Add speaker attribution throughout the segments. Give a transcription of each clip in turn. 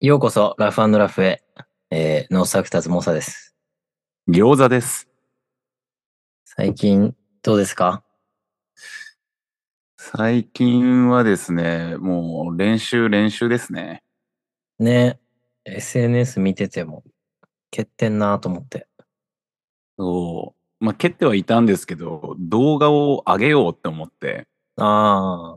Speaker 1: ようこそ、ラフラフへ。えー、ノースアクターズモーサです。
Speaker 2: 餃子です。
Speaker 1: 最近、どうですか
Speaker 2: 最近はですね、もう練習練習ですね。
Speaker 1: ね SNS 見てても、欠点なぁと思って。
Speaker 2: そう。まあ、蹴ってはいたんですけど、動画を上げようって思って、
Speaker 1: あ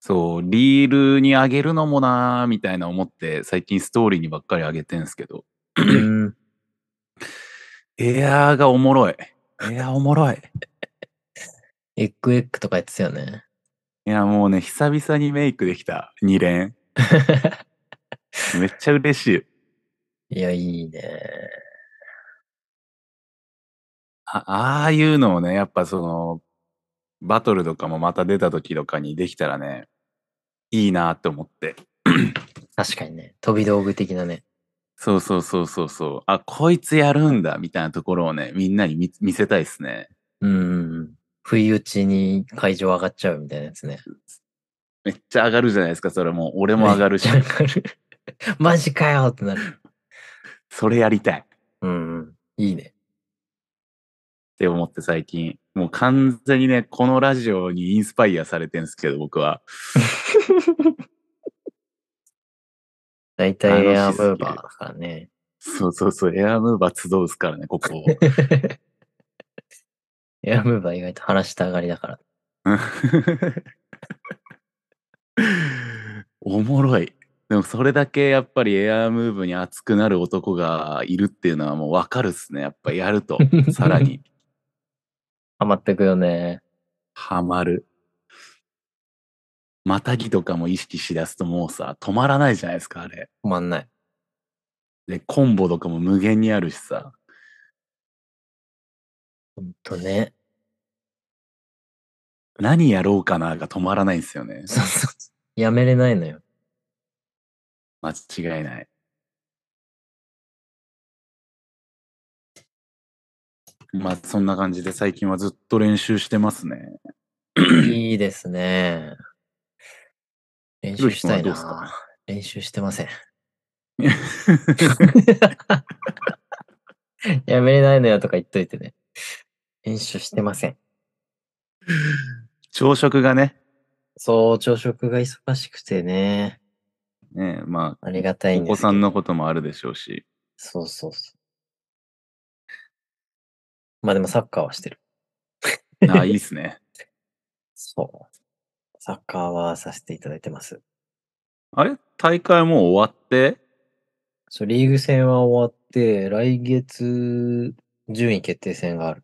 Speaker 2: そう、リールに上げるのもなーみたいな思って、最近ストーリーにばっかり上げてんすけど、
Speaker 1: ー、うん。
Speaker 2: エアーがおもろい。エアーおもろい。
Speaker 1: エッグエッグとかやってたよね。
Speaker 2: いや、もうね、久々にメイクできた。2連。 めっちゃ嬉しい。
Speaker 1: いや、いいね。
Speaker 2: あああいうのをね、やっぱその、バトルとかもまた出た時とかにできたらね、いいなって思って。
Speaker 1: 確かにね。飛び道具的なね。
Speaker 2: そうそうそうそうそう。あ、こいつやるんだみたいなところをね、みんなに見見せたいですね。
Speaker 1: うんうんうん。不意打ちに会場上がっちゃうみたいなやつね。
Speaker 2: めっちゃ上がるじゃないですか、それも。俺も上がるし
Speaker 1: め、っ ちゃ上がるマジかよってなる。
Speaker 2: それやりたいっ
Speaker 1: うんうん。いいね。
Speaker 2: て思って最近。もう完全にね、このラジオにインスパイアされてんすけど、僕は。
Speaker 1: だいたいエアー
Speaker 2: 楽しすぎる
Speaker 1: ムーバーだからね。
Speaker 2: そうそうそう、エアムーバー集うっすからね、ここ。
Speaker 1: エアームーバー意外と話したがりだから。
Speaker 2: おもろい。でもそれだけやっぱりエアームーブに熱くなる男がいるっていうのはもうわかるっすね。やっぱや るとさらに
Speaker 1: ハマってくよね。
Speaker 2: ハマる。またぎとかも意識しだすともうさ、止まらないじゃないですか、あれ。
Speaker 1: 止まんない。
Speaker 2: で、コンボとかも無限にあるしさ。
Speaker 1: ほんとね。
Speaker 2: 何やろうかなが止まらないんですよね。
Speaker 1: そうそうそう。やめれないの よ。
Speaker 2: 間違いない。まあそんな感じで最近はずっと練習してますね。
Speaker 1: いいですね。練習したい
Speaker 2: ひろし君はどうっ
Speaker 1: な。練習してませ ん。やめれないのよとか言っといてね。練習してません。
Speaker 2: 朝食がね、
Speaker 1: そう、朝食が忙しくてね。
Speaker 2: ねま
Speaker 1: ありがた
Speaker 2: あ
Speaker 1: い
Speaker 2: お
Speaker 1: ん
Speaker 2: 子
Speaker 1: です
Speaker 2: さ
Speaker 1: け
Speaker 2: ん
Speaker 1: ど。
Speaker 2: のこともあるでしょうし、
Speaker 1: そうそうそう。まあでもサッカーはしてる。
Speaker 2: ああいいっすね。
Speaker 1: そう。サッカーはさせていただいてます。
Speaker 2: あれ大会もう終わって
Speaker 1: そう、リーグ戦は終わって、来月、順位決定戦がある。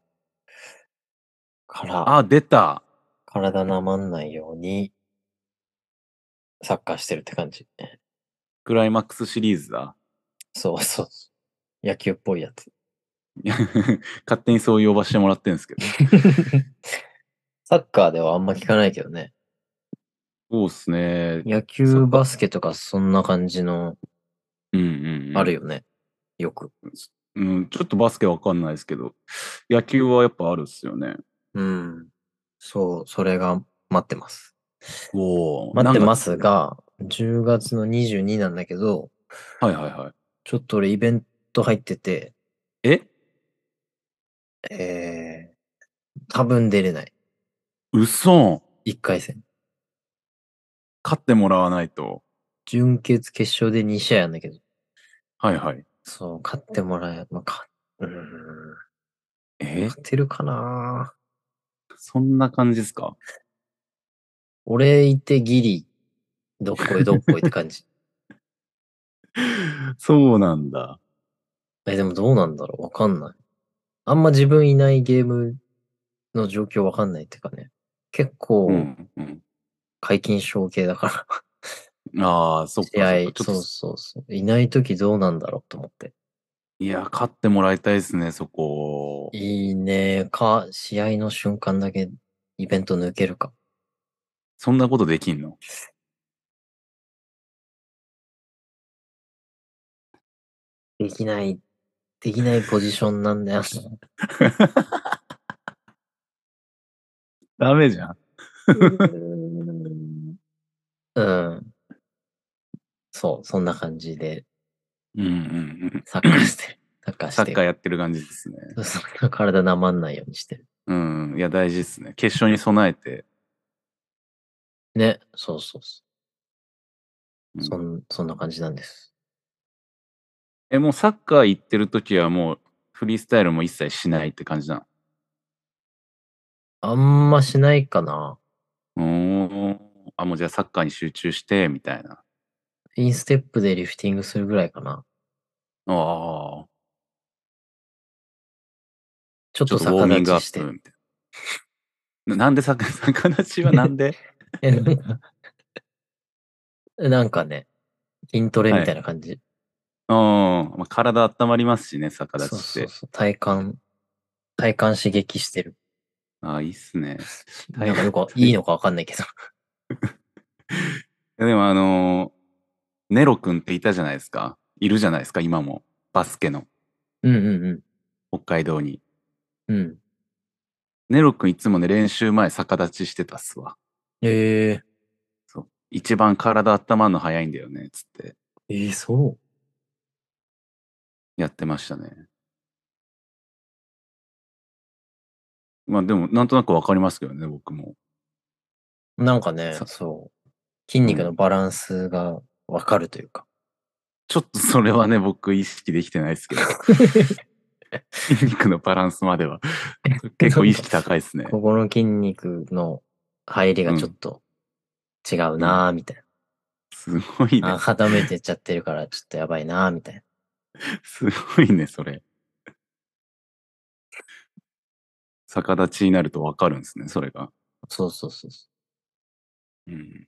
Speaker 1: から、
Speaker 2: あ、出た
Speaker 1: 体なまんないように、サッカーしてるって感じ。
Speaker 2: クライマックスシリーズだ。
Speaker 1: そうそうそう。野球っぽいや つ。
Speaker 2: 勝手にそう呼ばしてもらってんですけど。
Speaker 1: サッカーではあんま聞かないけどね。
Speaker 2: そうっすね。
Speaker 1: 野
Speaker 2: サッ
Speaker 1: 球、
Speaker 2: カー
Speaker 1: バスケとかそんな感じの、
Speaker 2: うんうん、うん。
Speaker 1: あるよね。よく。
Speaker 2: うん、ちょっとバスケわかんないですけど、野球はやっぱあるっすよね。
Speaker 1: うん。そう、それが待ってます。
Speaker 2: お
Speaker 1: 待ってます。が、10月の22なんだけど、
Speaker 2: はいはいはい。
Speaker 1: ちょっと俺イベント入ってて、
Speaker 2: え
Speaker 1: えー、多分出れない。
Speaker 2: 嘘
Speaker 1: 1回戦。
Speaker 2: 勝ってもらわないと。
Speaker 1: 準決決勝で2試合やんだけど。
Speaker 2: はいはい。
Speaker 1: そう、勝ってもらえ、まあ、か、うーん、
Speaker 2: え
Speaker 1: 勝てるかな
Speaker 2: そんな感じですか
Speaker 1: 俺いてギリ、どっこいどっこいって感 じ。
Speaker 2: そうなんだ。
Speaker 1: え、でもどうなんだろうわかんない。あんま自分いないゲームの状況わかんないっていうかね。結構
Speaker 2: う、ん、うん。
Speaker 1: 解禁症系だから。
Speaker 2: ああ、そっかそっか。
Speaker 1: 試合
Speaker 2: ち、ょっ
Speaker 1: そう
Speaker 2: と
Speaker 1: そうそう。いないときどうなんだろうと思って。
Speaker 2: いや、勝ってもらいたいですね、そこ。
Speaker 1: いいね。か、試合の瞬間だけイベント抜けるか。
Speaker 2: そんなことできんの
Speaker 1: できない、できないポジションなん だよ。
Speaker 2: ダメじゃん。
Speaker 1: うん。そう、そんな感じで
Speaker 2: うんうんうん。
Speaker 1: サッカーしてる。サッカー
Speaker 2: サ
Speaker 1: し
Speaker 2: ッ
Speaker 1: て
Speaker 2: カー
Speaker 1: る。
Speaker 2: やってる感じですね。
Speaker 1: そうそう体なまんないようにしてる。
Speaker 2: うん。いや、大事ですね。決勝に備えて。
Speaker 1: ね、そうそうそうう。
Speaker 2: ん
Speaker 1: そんそんな感じなんです。
Speaker 2: え、もうサッカー行ってる時はもうフリースタイルも一切しないって感じな
Speaker 1: あんましないかな。
Speaker 2: のおーあ、もうじゃあサッカーに集中して、みたいな。
Speaker 1: インステップでリフティングするぐらいかな。
Speaker 2: ああ。
Speaker 1: ちょっ
Speaker 2: ち
Speaker 1: と
Speaker 2: ょっとウォー
Speaker 1: 逆
Speaker 2: ミングア
Speaker 1: 立ちして
Speaker 2: ップみたいな。ななんで 逆、逆立ちはな んで
Speaker 1: えなんか なんかね、筋トレみたいな感じ。
Speaker 2: うん。まあ、体温まりますしね、逆立
Speaker 1: そう
Speaker 2: ちっ
Speaker 1: そう
Speaker 2: て。
Speaker 1: そう。体幹、体幹刺激してる。
Speaker 2: ああ、いいっすね。
Speaker 1: な
Speaker 2: 体
Speaker 1: んかよくわいいのかわかんないけど。
Speaker 2: いやでもあのーネロくんっていたじゃないですか。いるじゃないですか、今も。バスケの、
Speaker 1: うんうん
Speaker 2: 北海道に。
Speaker 1: うん。うん。
Speaker 2: ネロくんいつもね、練習前逆立ちしてたっすわ。
Speaker 1: ええ
Speaker 2: 一番体温まるの早いんだよね、つって。
Speaker 1: ええそう。
Speaker 2: やってましたね。まあでも、なんとなくわかりますけどね、僕も。
Speaker 1: なんかね、
Speaker 2: さ
Speaker 1: そう。筋肉のバランスがわかるというか。
Speaker 2: ちょっとそれはね、僕意識できてな いですけど。筋肉のバランスまでは。結構意識高いですね。
Speaker 1: ここの筋肉の入りがちょっと違うなぁ、みたい
Speaker 2: すごい
Speaker 1: な。
Speaker 2: ね
Speaker 1: あ。固めてっちゃってるから、ちょっとやばいなぁ、みたいな。
Speaker 2: すごいね、それ。逆立ちになるとわかるんですね、それが。
Speaker 1: そうそうそうそ
Speaker 2: うん。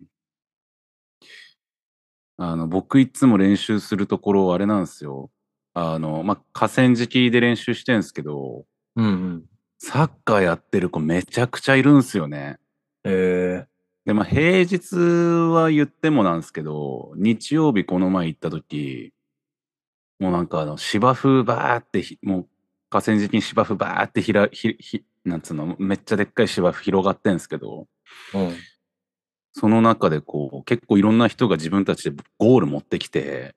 Speaker 2: あの、僕いつも練習するところ、あれなんですよ。あの、まあ、河川敷で練習してるんですけど、
Speaker 1: う。うんうん。
Speaker 2: サッカーやってる子めちゃくちゃいるんですよね。
Speaker 1: ええ
Speaker 2: で、まあ、平日は言ってもなんですけど、日曜日この前行った時、もうなんかあの、芝生バーってひ、もう河川敷に芝生バーってひら、ひ、ひ、なんつうの、めっちゃでっかい芝生広がってんですけど、
Speaker 1: うん。
Speaker 2: その中でこう、結構いろんな人が自分たちでゴール持ってきて、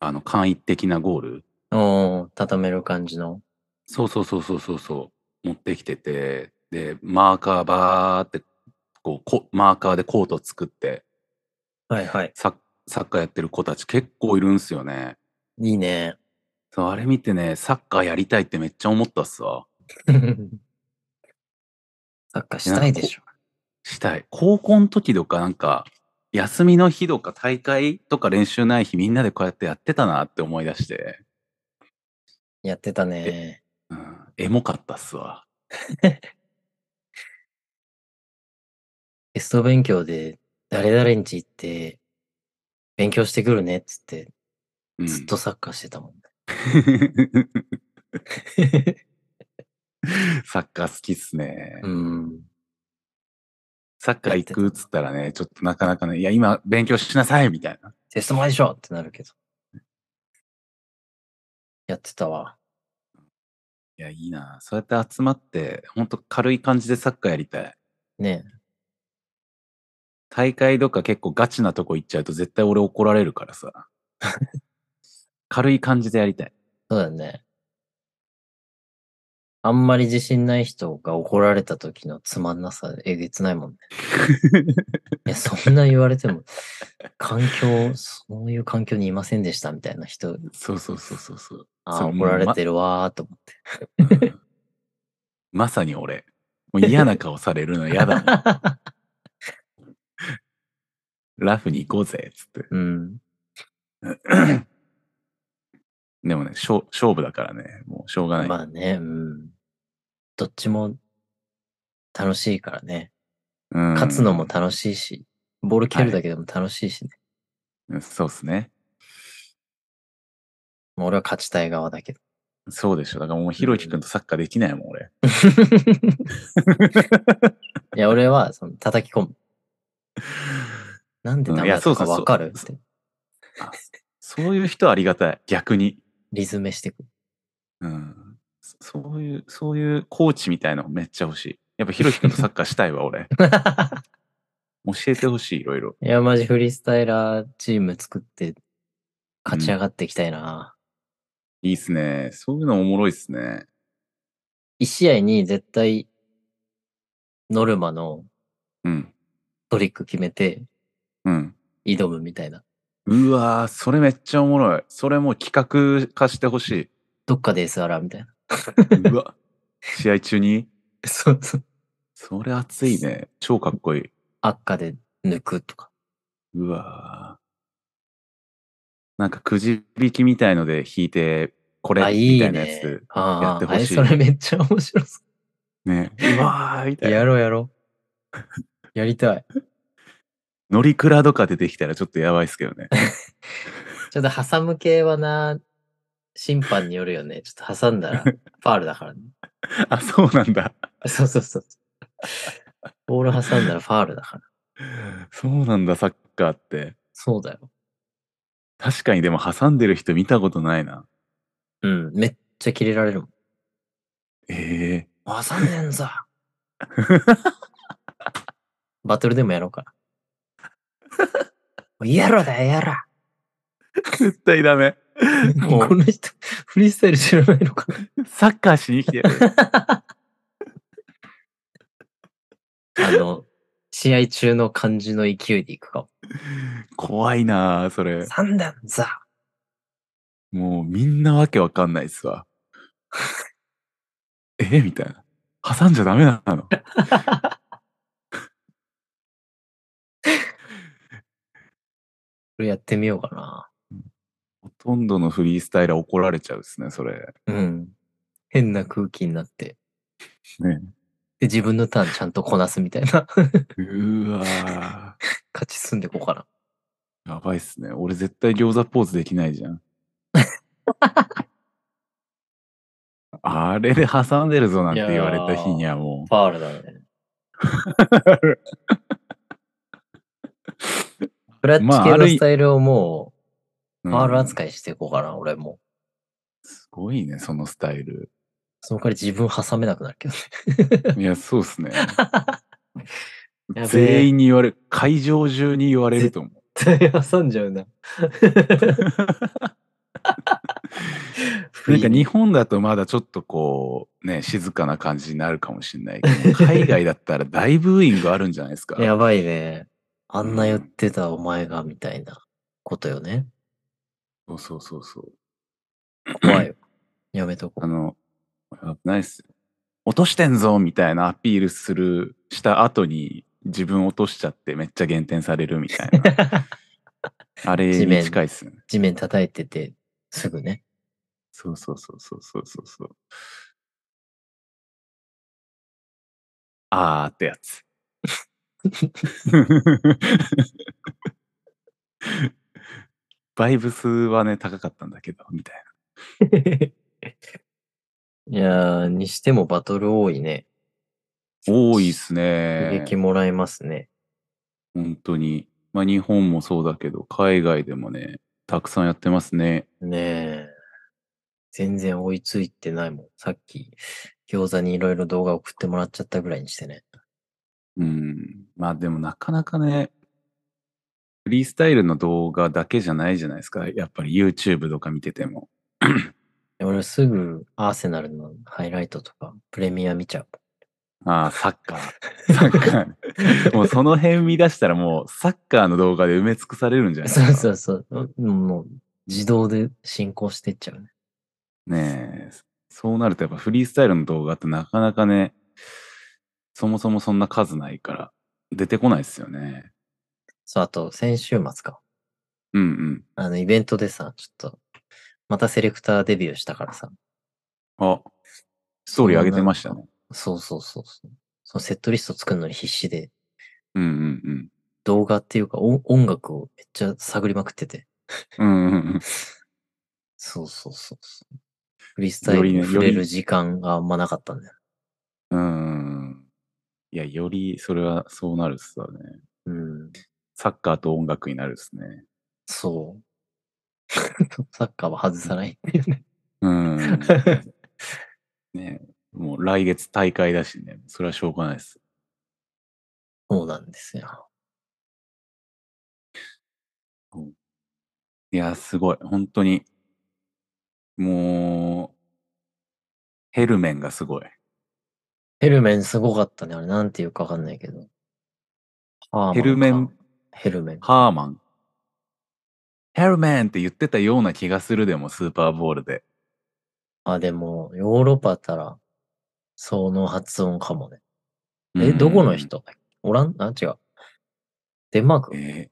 Speaker 2: あの、簡易的なゴール。
Speaker 1: おー畳める感じの。
Speaker 2: そうそうそうそうそうそう、持ってきてて、で、マーカーバーって、こうこ、マーカーでコート作って、
Speaker 1: はいはい。
Speaker 2: サッサッカーやってる子たち結構いるんすよね。
Speaker 1: いい ね。
Speaker 2: そうあれ見てね、サッカーやりたいってめっちゃ思ったっすわ。
Speaker 1: サッカーしたいでしょ。
Speaker 2: したい。高校の時とかなんか、休みの日とか大会とか練習ない日みんなでこうやってやってたなって思い出して、
Speaker 1: やってたね。
Speaker 2: うん、エモかったっすわ。
Speaker 1: テスト勉強で、誰々んち行って、勉強してくるねっつって、
Speaker 2: うん、
Speaker 1: ずっと。サッカーしてたもん ね。
Speaker 2: サッカー好きっすね。
Speaker 1: うん。
Speaker 2: サッカー行くっつったらね、ちょっとなかなかね、いや今勉強しなさいみたいな。
Speaker 1: テスト前でしょってなるけど。やってたわ。
Speaker 2: いや、いいな。そうやって集まって、ほんと軽い感じでサッカーやりたい。
Speaker 1: ね
Speaker 2: 大会とか結構ガチなとこ行っちゃうと絶対俺怒られるか らさ。軽い感じでやりたい。
Speaker 1: そうだね。あんまり自信ない人が怒られた時のつまんなさ、えげつないもんね。いや、そんな言われても、環境、そういう環境にいませんでしたみたいな人、
Speaker 2: そうそうそうそうそう。
Speaker 1: あ
Speaker 2: そ
Speaker 1: あ、
Speaker 2: う
Speaker 1: 怒られてるわーと思って。
Speaker 2: うんまさに俺。もう嫌な顔され るの嫌だもん。ラフに行こうぜ、つって。
Speaker 1: うん。
Speaker 2: でもね、勝勝負だからね。もうしょうがない。
Speaker 1: まあね、うん。どっちも楽しいからね。
Speaker 2: うん
Speaker 1: 勝つのも楽しいし、ボール蹴るだけでも楽しいしね。
Speaker 2: うんそうっすね。
Speaker 1: もう俺は勝ちたい側だ けど。
Speaker 2: そうでしょ。だからもうひろゆきくんとサッカーできないもん、俺。
Speaker 1: いや、俺はその叩き込む。なんでダメだったかわかる
Speaker 2: うんい
Speaker 1: っ
Speaker 2: やそうそうそう
Speaker 1: て。
Speaker 2: そういう人ありがたい。逆に。
Speaker 1: リズメしてくる。
Speaker 2: うんそそういう、そういうコーチみたいなのめっちゃ欲しい。やっぱひろきくんとサッカーしたいわ、 俺。教えてほしい、いろいろ。
Speaker 1: いや、マジフリースタイラーチーム作って勝ち上がっていきたいな。
Speaker 2: いいっすね。そういうのおもろいっすね。
Speaker 1: 一試合に絶対、ノルマの
Speaker 2: うん。
Speaker 1: トリック決めて
Speaker 2: うん。
Speaker 1: 挑むみたいな。
Speaker 2: うわー、それめっちゃおもろい。それもう企画化してほし
Speaker 1: どっかで SR みたいな。
Speaker 2: い。うわ。試合中に
Speaker 1: そうそう。
Speaker 2: それ熱いね。超かっこいい。
Speaker 1: 悪化で抜くとか。
Speaker 2: うわー。なんかくじ引きみたいので引いて、これ
Speaker 1: あ、い
Speaker 2: み
Speaker 1: い
Speaker 2: たいなや
Speaker 1: ね
Speaker 2: つ。。や
Speaker 1: あ
Speaker 2: って
Speaker 1: あ、
Speaker 2: ほ
Speaker 1: あれ
Speaker 2: しい
Speaker 1: それめっちゃ面白そ
Speaker 2: ね。うわー、みた
Speaker 1: う。
Speaker 2: い
Speaker 1: や
Speaker 2: な。
Speaker 1: ろうやろう。やりたい。
Speaker 2: 乗りクラとか出てきたらちょっとやばいっすけどね。
Speaker 1: ちょっと挟む系はな、審判によるよね。ちょっと挟んだら、ファールだからね。
Speaker 2: あ、そうなんだ。
Speaker 1: そうそうそう。ボール挟んだらファールだから。
Speaker 2: そうなんだ、サッカーって。
Speaker 1: そうだよ。
Speaker 2: 確かにでも挟んでる人見たことないな。
Speaker 1: うん。めっちゃキレられるもん。
Speaker 2: ええ
Speaker 1: 挟んでんぞ バトルでもやろうかな。やろだよ、やら。
Speaker 2: 絶対ダメ。も う
Speaker 1: この人、フリースタイル知らないのかな
Speaker 2: サッカーしに来てる。
Speaker 1: あの、試合中の感じの勢いでいくかも。
Speaker 2: 怖いなあそれ。
Speaker 1: 三段 ザ
Speaker 2: もうみんなわけわかんないっすわ。えみたいな。挟んじゃダメなの。
Speaker 1: これやってみようかな。
Speaker 2: ほとんどのフリースタイラー怒られちゃうっすね、それ。
Speaker 1: うん。変な空気になって。
Speaker 2: ね
Speaker 1: で、自分のターンちゃんとこなすみたいな。 勝
Speaker 2: うーわー
Speaker 1: ち進んでこうかな。
Speaker 2: やばいっすね。俺絶対餃子ポーズできないじ ゃん。あれで挟んでるぞなんて言われた日にはも
Speaker 1: ファールだね。クラッチ
Speaker 2: まあ
Speaker 1: 系
Speaker 2: あ
Speaker 1: の
Speaker 2: るい
Speaker 1: スタイルをもう、
Speaker 2: う。
Speaker 1: ファール
Speaker 2: うん
Speaker 1: 扱いしていこうかな、俺も。
Speaker 2: すごいね、そのスタイル。
Speaker 1: その代わり自分挟めなくなるけどね。
Speaker 2: いや、そうっす ね。
Speaker 1: やべえ
Speaker 2: 全員に言われる。会場中に言われると思う。
Speaker 1: 絶対挟んじゃう な。
Speaker 2: なんか日本だとまだちょっとこう、ね、静かな感じになるかもしれないけど、海外だったら大ブーイングあるんじゃないですか。
Speaker 1: やばいね。あんな言ってたお前が、みたいなことよね。
Speaker 2: そうそうそうそう。
Speaker 1: 怖 いよ。やめとこ
Speaker 2: あの、危ないっすよ。落としてんぞみたいなアピールする、した後に自分落としちゃってめっちゃ減点されるみたいな。
Speaker 1: う。
Speaker 2: あれに近いっすね。
Speaker 1: 地面叩いてて、すぐね。
Speaker 2: そうそうそうそうそうそうそう。あーって やつ。バイブスはね、高かったんだけど、みたい
Speaker 1: いやー、にしてもバトル多いね。
Speaker 2: な。多いっす
Speaker 1: 刺
Speaker 2: ね。
Speaker 1: 激もらえますね。
Speaker 2: 本当に。まあ日本もそうだけど、海外でもね、たくさんやってますね。
Speaker 1: ねえ。全然追いついてないもん。さっき、餃子にいろいろ動画送ってもらっちゃったぐらいにしてね。
Speaker 2: うん。まあでもなかなかね、フリースタイルの動画だけじゃないじゃないですか。やっぱり YouTube とか見てても。
Speaker 1: 俺すぐアーセナルのハイライトとかプレミア見ちゃう。
Speaker 2: ああ、サッカー。サッカ ー。もうその辺見出したらもうサッカーの動画で埋め尽くされるんじゃ ないです
Speaker 1: そ
Speaker 2: か。
Speaker 1: うそうそう。もう自動で進行してっちゃうね。
Speaker 2: ねえ。そうなるとやっぱフリースタイルの動画ってなかなかね、そもそもそんな数ないから出てこないですよね。
Speaker 1: そう、あと先週末か。
Speaker 2: うんうん。
Speaker 1: あのイベントでさ、ちょっと、またセレクターデビューしたからさ。
Speaker 2: あ、ストーリー上げてましたね。
Speaker 1: そうそうそうそう。そのセットリスト作るのに必死で、
Speaker 2: うんうん
Speaker 1: 動画っていうか音音楽をめっちゃ探りまくってて。
Speaker 2: うん。うんうんうん。
Speaker 1: そうそうそうそう。フリースタイルに
Speaker 2: よりね
Speaker 1: 触れ
Speaker 2: よ
Speaker 1: る
Speaker 2: り
Speaker 1: 時間があんまなかったんだよ。
Speaker 2: うん。いや、よりそれはそうなるっすわね。
Speaker 1: うん。
Speaker 2: サッカーと音楽になるっすね。
Speaker 1: そう。 サッカーは外さ ないっていうね。
Speaker 2: うん。ねもう来月大会だしね。それはしょうがないっす。
Speaker 1: そうなんですよ。
Speaker 2: いいや、すごい。本当に。もう、ヘルメンがすごい。
Speaker 1: ヘルメンすごかったね。あれ、なんていうかわかんないけど。ハーマンか
Speaker 2: ヘルメン。
Speaker 1: ヘルメン。
Speaker 2: ハーマン。ヘルメンって言ってたような気がするでも、スーパーボールで。
Speaker 1: あ、でも、ヨーロッパだったら、その発音かもね。
Speaker 2: う
Speaker 1: え、
Speaker 2: ん
Speaker 1: どこの人オランあ、違う。デンマーク
Speaker 2: えー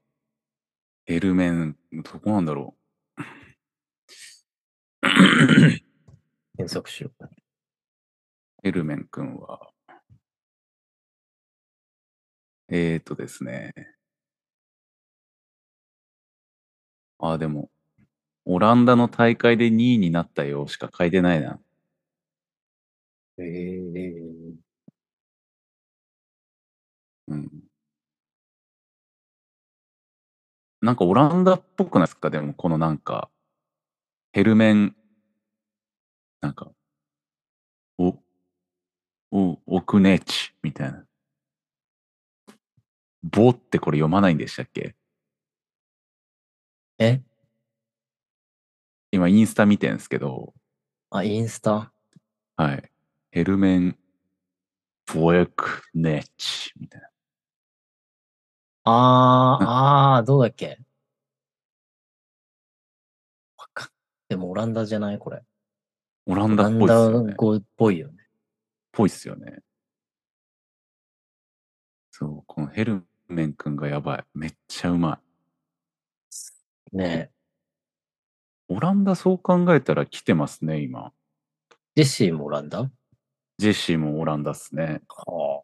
Speaker 2: ヘルメン、どこなんだろう。
Speaker 1: 検索しよう。
Speaker 2: ヘルメン君は、えーとですね。あ、でも、オランダの大会で2位になったよしか書いてないな。
Speaker 1: え
Speaker 2: うん。なんかオランダっぽくないですかでも、このなんか、ヘルメン、なんか、お、お、オクネッチ、みたいな。ボってこれ読まないんでしたっけ
Speaker 1: え
Speaker 2: 今インスタ見てんすけど、
Speaker 1: あ、インスタ
Speaker 2: はい。ヘルメン、ボエクネッチ、みたいな。
Speaker 1: あー、あー、どうだっけわかんでもオランダじゃないこれ。
Speaker 2: オラ
Speaker 1: オ
Speaker 2: ンダ
Speaker 1: ラ
Speaker 2: っ
Speaker 1: ン
Speaker 2: ぽいっす
Speaker 1: ダ
Speaker 2: よね。
Speaker 1: 語っぽいよね。
Speaker 2: ぽいっすよね。そう、このヘルメン君がやばい。めっちゃうま
Speaker 1: ね
Speaker 2: い。オランダそう考えたら来てますね、今。
Speaker 1: え。ジェシーもオランダは
Speaker 2: ジェシーもオランダっすね。
Speaker 1: あ。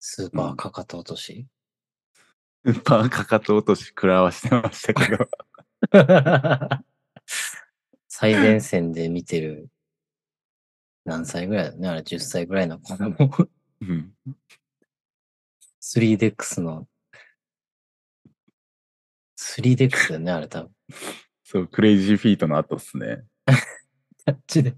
Speaker 1: スーパーかかと落と し、
Speaker 2: パーかかと落とし食らわしてましたけど。
Speaker 1: 最前線で見てる、何歳ぐらいだよねあれ10歳ぐらいの子供。
Speaker 2: うん。
Speaker 1: 3DX の、3DX だよねあれ多分。
Speaker 2: そう、クレイジーフィートの後っすね。
Speaker 1: あっちで。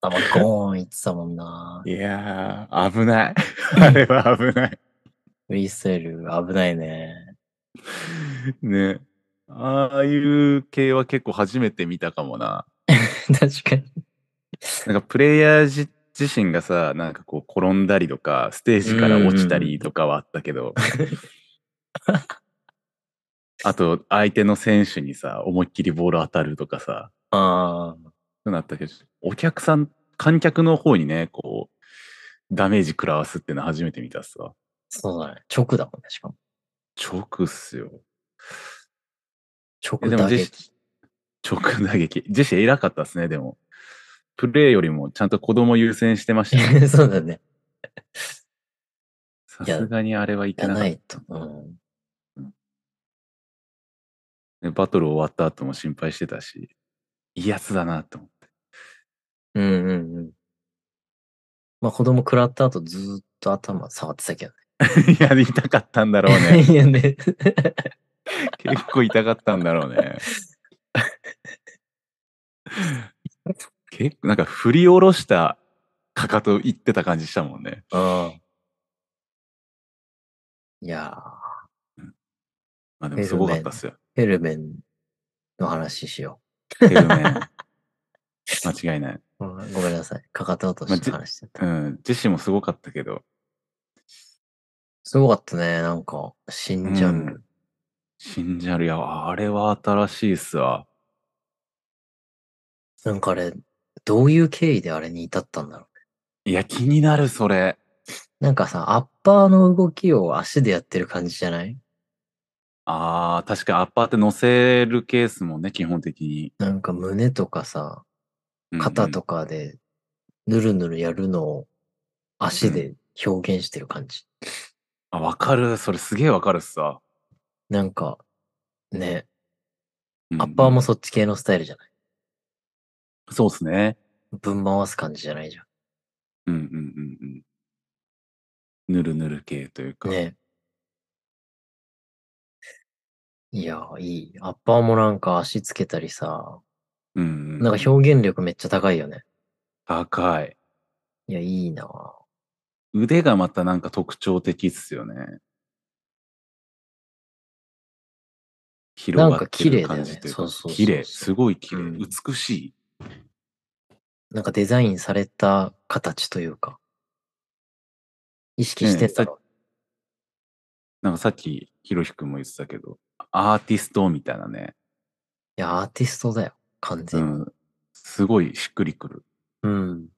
Speaker 1: 頭ゴーンいってたもんな。
Speaker 2: いやー、危ない。 あれは危ない。
Speaker 1: フリースタイル危ないね。
Speaker 2: ね。ああいう系は結構初めて見たかもな。
Speaker 1: 確かに。
Speaker 2: なんかプレイヤーじ自身がさ、なんかこう転んだりとか、ステージから落ちたりとかはあったけど、あと相手の選手にさ、思いっきりボール当たるとかさ、
Speaker 1: ああ。
Speaker 2: そうなったけど、お客さん、観客の方にね、こう、ダメージ食らわすっていうのは初めて見たっすわ。
Speaker 1: そうだね。直だもんね、しかも。
Speaker 2: 直っすよ。え
Speaker 1: 直
Speaker 2: でも
Speaker 1: 打
Speaker 2: ジェ
Speaker 1: 撃。
Speaker 2: シ直打撃。ジェシー偉かったっすね、でも。プレーよりもちゃんと子供優先してました ね。
Speaker 1: そうだね。
Speaker 2: さ
Speaker 1: いや
Speaker 2: すがにあれ はい
Speaker 1: じ
Speaker 2: け
Speaker 1: ゃ
Speaker 2: なか
Speaker 1: な
Speaker 2: っ
Speaker 1: いと。うん。
Speaker 2: でバトル終わった後も心配してたし、いいやつだなと思って。
Speaker 1: うんうんうん。まあ子供食らった後ずーっと頭触ってたけど
Speaker 2: いや、痛かったんだろう
Speaker 1: ね。
Speaker 2: ね。
Speaker 1: いやね。
Speaker 2: 結構痛かったんだろうね。 結構、なんか振り下ろしたかかといってた感じしたもんね。
Speaker 1: うん。いやー、
Speaker 2: まあでもすごかったっすよ。
Speaker 1: ヘルメンの話しよ
Speaker 2: ヘルメン。間違いない。
Speaker 1: う。うんごめんなさい。かかと落としの話してた。
Speaker 2: うん。ジェシーもすごかったけど、
Speaker 1: すごかったね。なんか、新ジャンル。
Speaker 2: うんシンジャルや、あれは新しいっすわ。
Speaker 1: なんかあれ、どういう経緯であれに至ったんだろ
Speaker 2: いや、気になる、それ。
Speaker 1: う。なんかさ、アッパーの動きを足でやってる感じじゃない
Speaker 2: ああ、確かにアッパーって乗せるケースもね、基本的に。
Speaker 1: なんか胸とかさ、肩とかで、ぬるぬるやるのを足で表現してる感じ。
Speaker 2: あ、わかる。それすげえわかるっすわ。
Speaker 1: なんか、ね、
Speaker 2: うん
Speaker 1: アッパーもそっち系のスタイルじゃない
Speaker 2: そうっすね。
Speaker 1: ぶん回す感じじゃないじゃ
Speaker 2: うんうんうんうん。ぬるぬる系というか。
Speaker 1: ん。ね。いや、いい。アッパーもなんか足つけたりさ、
Speaker 2: うんうん。
Speaker 1: なんか表現力めっちゃ高いよね。
Speaker 2: 高い。
Speaker 1: いや、いいなぁ
Speaker 2: 腕がまたなんか特徴的っすよね。広がって
Speaker 1: なんか
Speaker 2: る
Speaker 1: 綺麗だよ
Speaker 2: 感
Speaker 1: ね
Speaker 2: じという
Speaker 1: そ
Speaker 2: か
Speaker 1: うそうそう
Speaker 2: 綺麗すごい綺麗、
Speaker 1: うん
Speaker 2: 美しい
Speaker 1: なんかデザインされた形というか、意識してたろ
Speaker 2: なんかさっきひろひくんも言ってたけどアーティストみたいなね、
Speaker 1: う。いや、アーティストだよ、完
Speaker 2: う
Speaker 1: 全に。
Speaker 2: ん、すごいしっくりくる
Speaker 1: うん。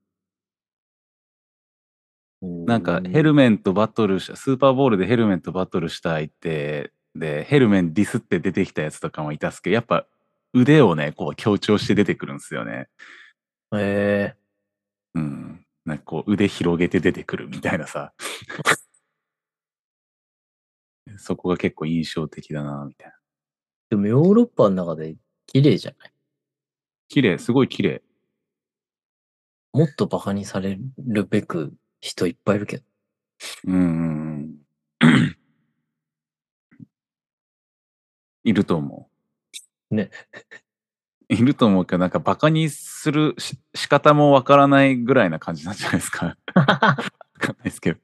Speaker 2: なんかヘルメンとバトルしスーパーボールでヘルメンとバトルした相手でヘルメンディスって出てきたやつとかもいたっすけどやっぱ腕をねこう強調して出てくるんですよね。
Speaker 1: え
Speaker 2: うん、なんかこう腕広げて出てくるみたいな さそこが結構印象的だなみたいな。
Speaker 1: ー、でもヨーロッパの中で綺麗じゃない
Speaker 2: 綺麗すごい綺麗
Speaker 1: もっとバカにされるべく人いっぱいいるけど。
Speaker 2: うんうんうんいると思う。
Speaker 1: ね。
Speaker 2: いると思うけど、なんかバカにするし仕方もわからないぐらいな感じなんじゃないですか。わかんないですけど。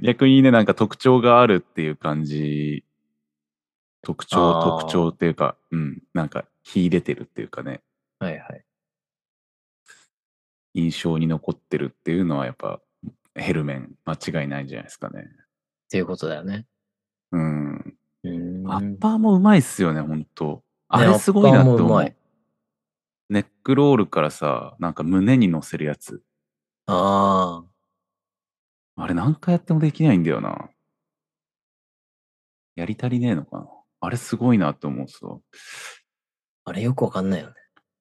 Speaker 2: 逆にね、なんか特徴があるっていう感じ。特徴、
Speaker 1: あー
Speaker 2: 特徴っていうか、うん、なんか秀でてるっていうかね、
Speaker 1: はいはい。
Speaker 2: 印象に残ってるっていうのはやっぱヘルメン間違いないんじゃないですかね。
Speaker 1: っていうことだよね。
Speaker 2: うん。
Speaker 1: うーん
Speaker 2: アッパーもうまいっすよね、ほんと。あ
Speaker 1: ね
Speaker 2: れすごいなって
Speaker 1: アッパーもう
Speaker 2: 思
Speaker 1: ま
Speaker 2: う
Speaker 1: い。
Speaker 2: ネックロールからさ、なんか胸に乗せるやつ。
Speaker 1: ああ。
Speaker 2: あれ何回やってもできないんだよな。やり足りねえのかな。あれすごいなって思うそう。
Speaker 1: あれよくわかんないよね。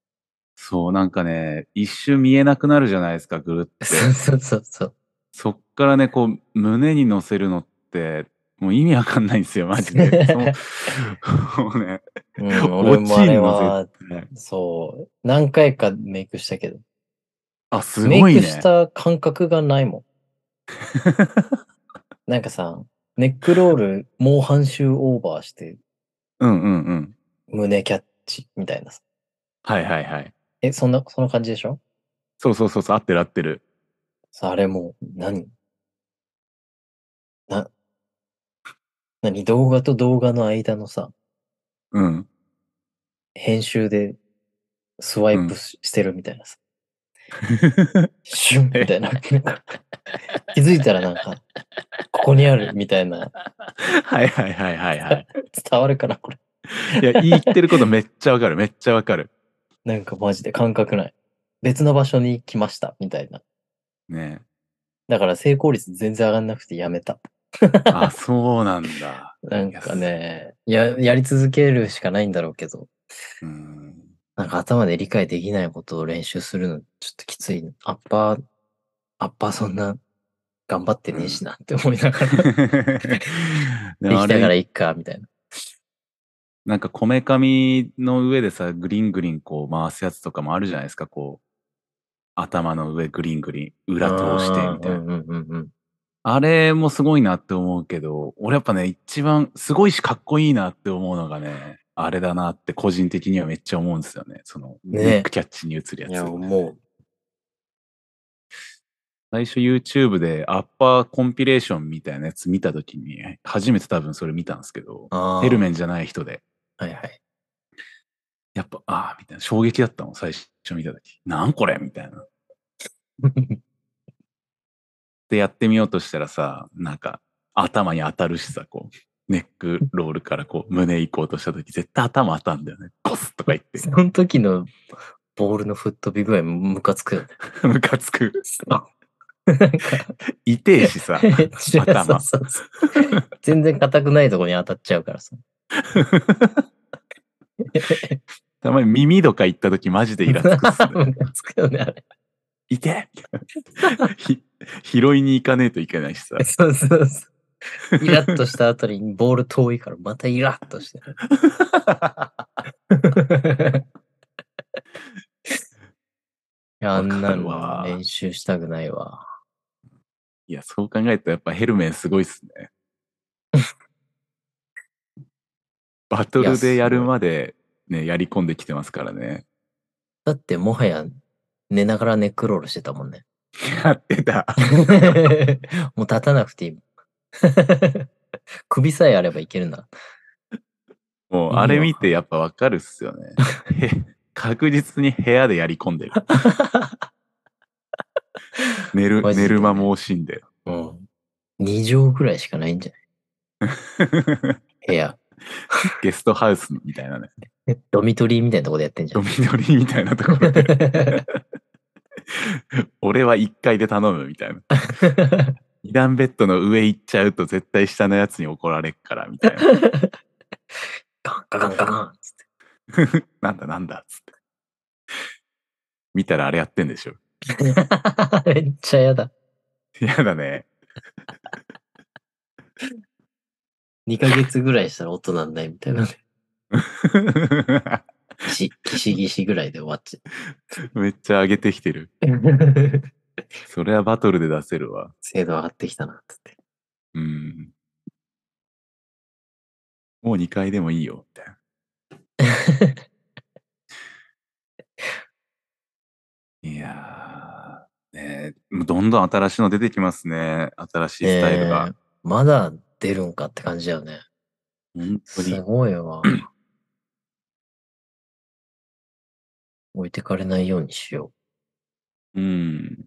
Speaker 2: そう、なんかね、一瞬見えなくなるじゃないですか、ぐるって。
Speaker 1: そうそうそうそう。
Speaker 2: そっからね、こう、胸に乗せるのって、もう意味わかんないんですよ、マ ジで。そうもうね、
Speaker 1: うん、俺
Speaker 2: 落
Speaker 1: も
Speaker 2: ち
Speaker 1: あ
Speaker 2: ん
Speaker 1: れ
Speaker 2: の
Speaker 1: は、
Speaker 2: 絶対。
Speaker 1: そう、何回かメイクしたけど、
Speaker 2: あ、す
Speaker 1: メ
Speaker 2: ごい
Speaker 1: イ
Speaker 2: ね。
Speaker 1: クした感覚がない もん。なんかさ、ネックロール、もう半周オーバーして、
Speaker 2: うんうんうん。
Speaker 1: 胸キャッチみたいなさ。
Speaker 2: はいはいはい。
Speaker 1: え、そんな、その感じでしょ
Speaker 2: そうそうそうそう、合ってる合ってる。
Speaker 1: さ、あれもう、何な、何動画と動画の間のさ、
Speaker 2: うん。
Speaker 1: 編集でスワイプし,、してるみたいなさ、シュンみたいな。なんか気づいたらなんか、ここにあるみたいな、
Speaker 2: はいはいはいはいはい。
Speaker 1: 伝わるかな、これ。
Speaker 2: いや、言ってることめっちゃわかる、めっちゃわかる。
Speaker 1: なんかマジで感覚ない。別の場所に来ました、みたいな。
Speaker 2: ね
Speaker 1: だから成功率全然上がんなくてやめた。
Speaker 2: え。 あ、そうなんだ。
Speaker 1: なんかね、や、やり続けるしかないんだろうけど、
Speaker 2: うん。
Speaker 1: なんか頭で理解できないことを練習するの、ちょっときついな。アッパー、アッパーそんな頑張ってねえしなって思いながら、できた
Speaker 2: あ
Speaker 1: から
Speaker 2: れ
Speaker 1: いっか、みたいな。
Speaker 2: なんかこめかみの上でさグリングリンこう回すやつとかもあるじゃないですかこう頭の上グリングリン裏通してみたいなあ,、
Speaker 1: うんうんうんうん。
Speaker 2: れもすごいなって思うけど俺やっぱね一番すごいしかっこいいなって思うのがねあれだなって個人的にはめっちゃ思うんですよねその
Speaker 1: ね
Speaker 2: ネックキャッチに移るやつ、
Speaker 1: いや、も
Speaker 2: 最初 YouTube でアッパーコンピレーションみたいなやつ見たときに、初めて多分それ見たんですけど
Speaker 1: う、、あー
Speaker 2: ヘルメンじゃない人で、
Speaker 1: はいはい。
Speaker 2: やっぱ、ああ、みたいな、衝撃だったもん、最初見たとき。なんこれみたいな。で、やってみようとしたらさ、なんか、頭に当たるしさ、こう、ネックロールからこう、胸行こうとしたとき、絶対頭当たんだよね。ゴスッとか言って、
Speaker 1: その時のボールの吹っ飛び具合ムカつくよね。
Speaker 2: ムカつく。
Speaker 1: なんか。
Speaker 2: 痛えしさ
Speaker 1: 頭
Speaker 2: 頭
Speaker 1: 全然硬くないとこに当たっちゃうからさ。
Speaker 2: たまに耳とか行ったとき、マジでイラつくっ すね。
Speaker 1: ムカつくよね、あれ。
Speaker 2: いてひ拾いに行かねえといけないしさ。
Speaker 1: そうそうそう。イラッとしたあたりにボール遠いからまたイラッと して る。いやあん
Speaker 2: わか
Speaker 1: な
Speaker 2: るわ
Speaker 1: の練習したくないわ。
Speaker 2: いや、そう考えるとやっぱヘルメンすごいっすね。バトルでやるまでね、やり込んできてますからね。
Speaker 1: だってもはや寝ながらネックロールしてたもん ね。
Speaker 2: やってた。
Speaker 1: もう 立たなくていい。首さえあればいけるな。
Speaker 2: もう、あれ見てやっぱわかるっすよね。へ確実に部屋でやり込んでる。寝る、
Speaker 1: マジで
Speaker 2: 寝る間も惜しんで。
Speaker 1: うん。2畳ぐらいしかないんじゃない部屋。
Speaker 2: ゲストハウスみたいなね。
Speaker 1: ドミトリーみたいなとこでやってんじゃ
Speaker 2: ド
Speaker 1: ん
Speaker 2: ミ。ノリみたいなとこ ろで。俺は1階で頼むみたいな。2段ベッドの上行っちゃうと絶対下のやつに怒られっからみたいな。
Speaker 1: ガンガガンガガンっ つって。
Speaker 2: なんだなんだっつって。見たらあれやってんでしょ。
Speaker 1: めっちゃやだ。
Speaker 2: やだね。
Speaker 1: 2ヶ月ぐらいしたら音なんないみたい なね。ギシギシギシぐらいで終わっちゃ
Speaker 2: めっちゃ上げてきてる。
Speaker 1: う。
Speaker 2: それはバトルで出せるわ。
Speaker 1: 精度上がってきたな、つ って。
Speaker 2: うん。もう2階でもいいよ、みたいな。いやー、ねえ、もうどんどん新しいの出てきますね。新しいスタイルが。
Speaker 1: ねえまだ出るんかって感じだよね。
Speaker 2: 本当
Speaker 1: す
Speaker 2: に。
Speaker 1: ごいわ。 置いてかれないようにしよ
Speaker 2: うん。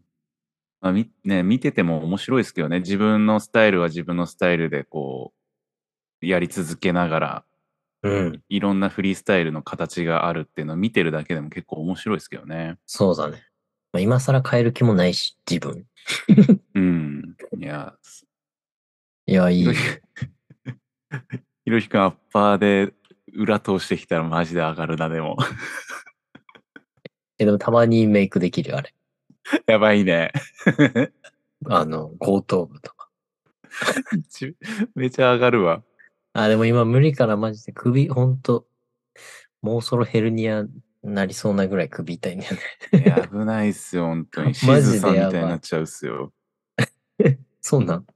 Speaker 2: まあ、みね、見てても面白いですけどね。自分のスタイルは自分のスタイルで、こう、やり続けながら、
Speaker 1: う。うん。
Speaker 2: いろんなフリースタイルの形があるっていうのを見てるだけでも結構面白いですけどね。
Speaker 1: そうだね。まあ、今更変える気もないし、自分。
Speaker 2: うん。いや、
Speaker 1: いや、いい
Speaker 2: ひ
Speaker 1: よ
Speaker 2: ろ。 ひひろひくんアッパーで裏通してきたらマジで上がるな、でも。
Speaker 1: えでもたまにメイクできるよ、あれ。
Speaker 2: やばいね。
Speaker 1: あの、後頭部とか。
Speaker 2: ちめちゃ上が るわ。
Speaker 1: あ、でも今無理からマジで首、ほんと、もうそろヘルニアなりそうなぐらい首痛いんだよね。
Speaker 2: いや危ないっすよ、本当に。シー
Speaker 1: マジで
Speaker 2: ズさんみたい
Speaker 1: やばい
Speaker 2: になっちゃうっすよ。
Speaker 1: そうなん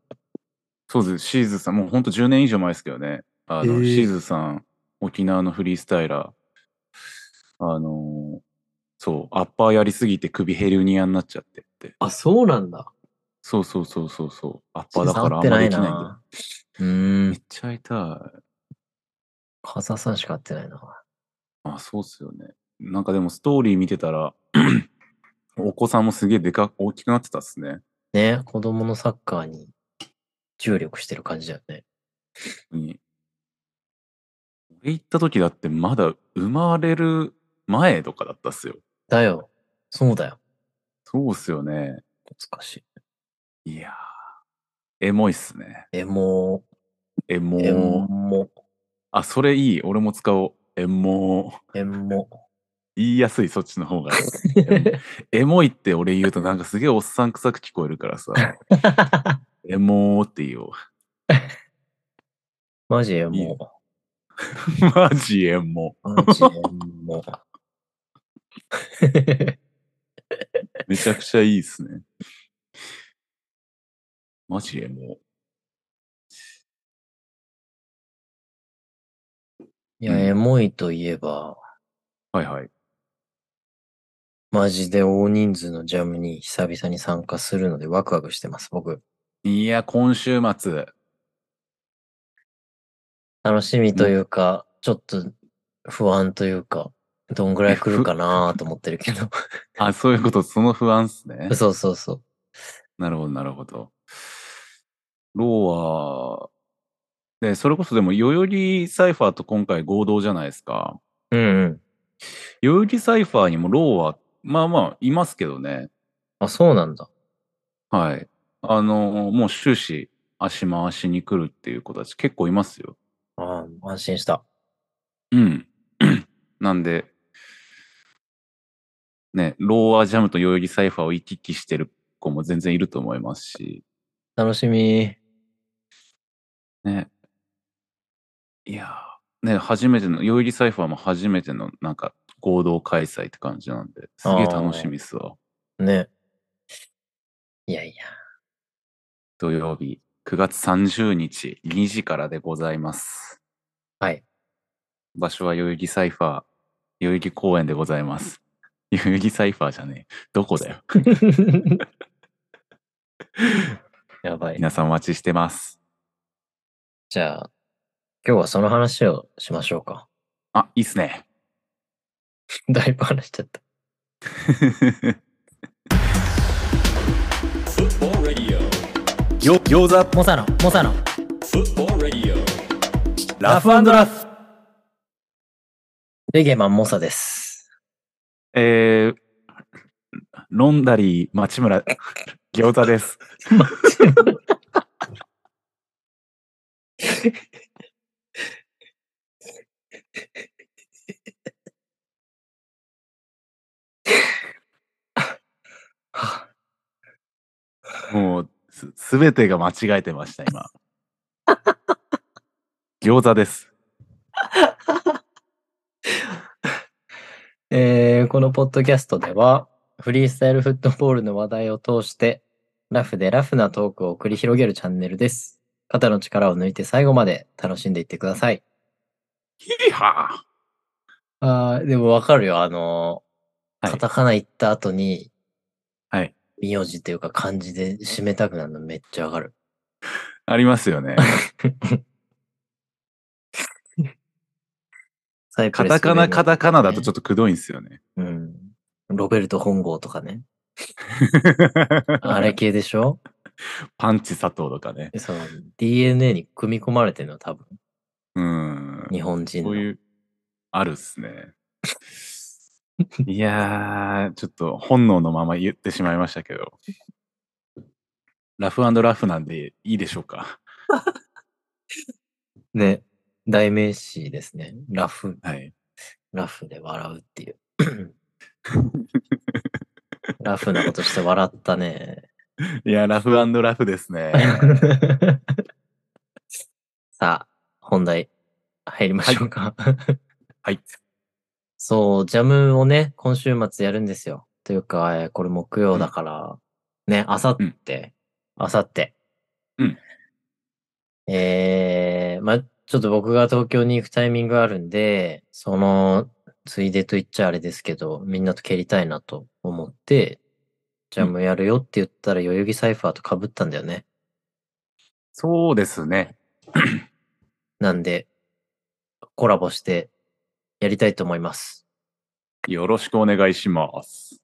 Speaker 2: そうです、シーズさん、もう本当10年以上前ですけどね。あの、
Speaker 1: えー
Speaker 2: シーズさん、沖縄のフリースタイラー。あのーそう、アッパーやりすぎて首ヘルニアになっちゃってって。
Speaker 1: あ、そうなんだ。
Speaker 2: そうそうそうそ うそう。アッパーだか
Speaker 1: 触っ
Speaker 2: らあん
Speaker 1: て
Speaker 2: ま
Speaker 1: な
Speaker 2: り
Speaker 1: い
Speaker 2: できないんだよ。
Speaker 1: な。うーん
Speaker 2: めっ。ちゃ痛い。
Speaker 1: カザさんしか会ってないな。
Speaker 2: あ、そうっすよね。なんかでもストーリー見てたら、 お子さんもすげえでか、大きくなってたっすね。
Speaker 1: ね、子供のサッカーに注力してる感じだよね。
Speaker 2: 本当に。俺行った時だってまだ生まれる前とかだったっすよ。
Speaker 1: だよ。そうだよ。
Speaker 2: そうっすよね。
Speaker 1: 懐かしい。
Speaker 2: いやー。エモいっすね。
Speaker 1: エモ
Speaker 2: エ
Speaker 1: ー、エ
Speaker 2: モー。
Speaker 1: モ、
Speaker 2: あ、それいい。俺も使おう。エモー。
Speaker 1: エモ。
Speaker 2: 言いやすい、そっちの方が。エモエモいって俺言うとなんかすげえおっさん臭く聞こえるからさ。エモーって言おう。
Speaker 1: マジエ
Speaker 2: いいね
Speaker 1: モ。
Speaker 2: マジエモー。
Speaker 1: マジエモ。
Speaker 2: めちゃくちゃいいですね。マジでも
Speaker 1: いうや、
Speaker 2: ん
Speaker 1: エモいといえば、
Speaker 2: う。はいはい。
Speaker 1: マジで大人数のジャムに久々に参加するのでワクワクしてます、僕。
Speaker 2: いや、今週末。
Speaker 1: 楽しみというか、ちょっと不安というか、どんぐらい来るかなと思ってるけど。。
Speaker 2: あ、そういうこと、その不安っす ね
Speaker 1: そうそうそう。
Speaker 2: なるほど、なるほど。ローは、で、それこそでも、代々木サイファーと今回合同じゃないですか。
Speaker 1: うんうん。
Speaker 2: 代々木サイファーにもローは、まあまあ、いますけどね。
Speaker 1: あ、そうなんだ。
Speaker 2: はい。あの、もう終始、足回しに来るっていう子たち結構いますよ。
Speaker 1: ああ、安心した。
Speaker 2: うん。 なんで、ね、ローアージャムと代々木サイファーを行き来してる子も全然いると思いますし、
Speaker 1: 楽しみ。
Speaker 2: ね。いやー、ね、初めての、代々木サイファーも初めての、なんか、合同開催って感じなんで、すげえ楽しみっすわ。
Speaker 1: ね。いやいや。
Speaker 2: 土曜日、9月30日、2時からでございます。
Speaker 1: はい。
Speaker 2: 場所は代々木サイファー、代々木公園でございます。代々木サイファーじゃねえ。どこだよ。
Speaker 1: やばい。
Speaker 2: 皆さんお待ちしてます。
Speaker 1: じゃあ、今日はその話をしましょうか。
Speaker 2: あ、いいっすね。
Speaker 1: だいぶ話しちゃった。
Speaker 3: Football Radio.
Speaker 2: よ、餃子、
Speaker 1: モサノ、モサノ。
Speaker 3: Football Radio.
Speaker 2: ラフラフ。
Speaker 1: レゲマンモサです。
Speaker 2: えー、ロンダリー、町村、餃子です。
Speaker 1: はあ
Speaker 2: もう、すすべてが間違えてました、今。餃子です。
Speaker 1: えーこのポッドキャストでは、フリースタイルフットボールの話題を通して、ラフでラフなトークを繰り広げるチャンネルです。肩の力を抜いて最後まで楽しんでいってください。
Speaker 2: ヒリハ
Speaker 1: あーでもわかるよ。あのー
Speaker 2: はい
Speaker 1: カタカナ言った後に、
Speaker 2: はい。
Speaker 1: 名字っていうか漢字で締めたくなるのめっちゃわかる。
Speaker 2: ありますよね。
Speaker 1: サイプ
Speaker 2: カ
Speaker 1: レス
Speaker 2: タカ
Speaker 1: 上
Speaker 2: ナ、
Speaker 1: の
Speaker 2: カタカナだとちょっとくどいんですよね。
Speaker 1: うん。ロベルト本郷とかね。あれ系でしょ
Speaker 2: パンチ佐藤とかね。
Speaker 1: そう。DNA に組み込まれてるの、多分。
Speaker 2: うん。
Speaker 1: 日本人
Speaker 2: そう
Speaker 1: の。
Speaker 2: いう、あるっすね。いやー、ちょっと本能のまま言ってしまいましたけど。ラフラフなんでいいでしょうか。
Speaker 1: ね。代名詞ですね。ラフ、
Speaker 2: はい。
Speaker 1: ラフで笑うって いう。ラフなことして笑ったね。
Speaker 2: いや、ラフラフで すね。
Speaker 1: さあ、本題入りましょうか。
Speaker 2: はい。
Speaker 1: そう、ジャムをね、今週末やるんですよ。というか、えーこれ木曜だから、ね、あさって、あさって。
Speaker 2: うん
Speaker 1: えー、まあちょっと僕が東京に行くタイミングがあるんで、その、ついでと言っちゃあれですけど、みんなと蹴りたいなと思って、ジャムやるよって言ったら、代々木サイファーと被ったんだよね。
Speaker 2: そうですね。
Speaker 1: なんで、コラボして、やりたいと思います。
Speaker 2: よろしくお願いします。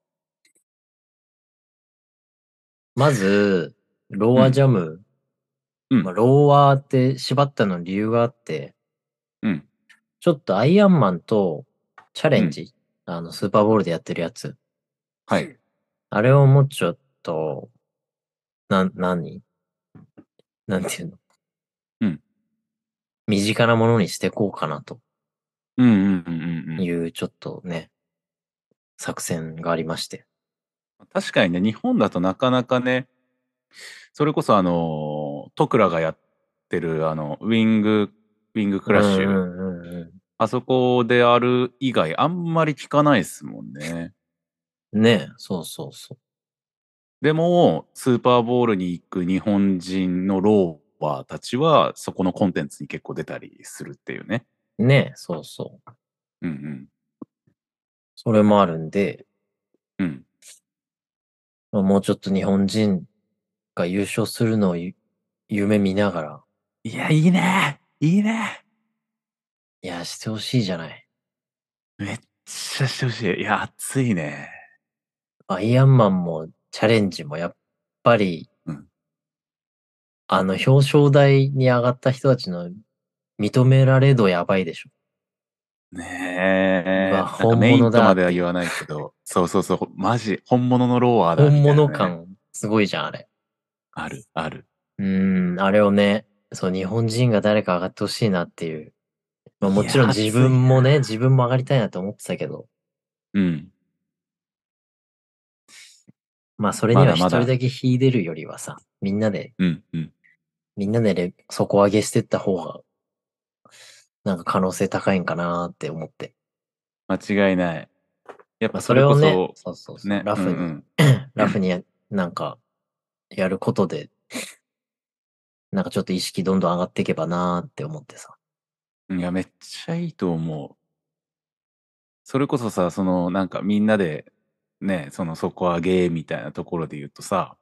Speaker 1: まず、ローアジャム。
Speaker 2: うん
Speaker 1: まあ、ローアって縛ったの理由があって、
Speaker 2: うん。
Speaker 1: ちょっとアイアンマンとチャレンジ、あの、スーパーボールでやってるやつ。
Speaker 2: はい。
Speaker 1: あれをもうちょっと、なん、何なんていうの
Speaker 2: うん。
Speaker 1: 身近なものにしてこうかなと
Speaker 2: うんうんうんうん
Speaker 1: い
Speaker 2: うん。
Speaker 1: う、ちょっとね、作戦がありまして。
Speaker 2: 確かにね、日本だとなかなかね、それこそあの、トクラがやってるあの、ウィング、ウィングクラッシュ。
Speaker 1: うんうんうんう
Speaker 2: あそこである以外、あんまり聞かないですもんね。
Speaker 1: ん。ねえそうそうそう。
Speaker 2: でも、スーパーボールに行く日本人のローバーたちは、そこのコンテンツに結構出たりするっていうね。
Speaker 1: ねえそうそう。
Speaker 2: うん
Speaker 1: それもあるんで、
Speaker 2: うん。うん。
Speaker 1: まあもうちょっと日本人が優勝するのをゆ夢見ながら、
Speaker 2: いや、いいねいいね
Speaker 1: いや、してほしいじゃない。
Speaker 2: めっちゃしてほしい。いや、熱いね。
Speaker 1: アイアンマンもチャレンジもやっぱり、
Speaker 2: うん
Speaker 1: あの表彰台に上がった人たちの認められ度やばいでしょ。
Speaker 2: ねえ。
Speaker 1: うわ
Speaker 2: なんか
Speaker 1: 本
Speaker 2: メイン
Speaker 1: 物だ
Speaker 2: とまでは言わないけど、そうそうそう、マジ、本物のローバーだみ
Speaker 1: 本
Speaker 2: たいなね、
Speaker 1: 物感すごいじゃん、あれ。
Speaker 2: ある、ある。
Speaker 1: うーん、あれをね、そう、日本人が誰か上がってほしいなっていう。まあ、もちろん
Speaker 2: いやー
Speaker 1: 自分もね、自分も上がりたいなと思ってたけど、
Speaker 2: うん。
Speaker 1: まあ、それに
Speaker 2: ま
Speaker 1: は
Speaker 2: だ
Speaker 1: 一
Speaker 2: まだ
Speaker 1: 人だけ秀でるよりはさ、みんなで
Speaker 2: うん。うん。
Speaker 1: みんなでレ底上げしてった方が、なんか可能性高いんかなーって思って。
Speaker 2: 間違いない。
Speaker 1: ま
Speaker 2: やっぱ
Speaker 1: あ、
Speaker 2: そ
Speaker 1: そ
Speaker 2: れ
Speaker 1: れ
Speaker 2: こ
Speaker 1: を
Speaker 2: そ、
Speaker 1: ね、そうそうそう
Speaker 2: ね、
Speaker 1: ラフに、
Speaker 2: うんうん
Speaker 1: ラフにやなんか、やることで、なんかちょっと意識どんどん上がっていけばなーって思ってさ。
Speaker 2: いや、めっちゃいいと思う。それこそさ、そのなんかみんなでね、その底上げみたいなところで言うとさ、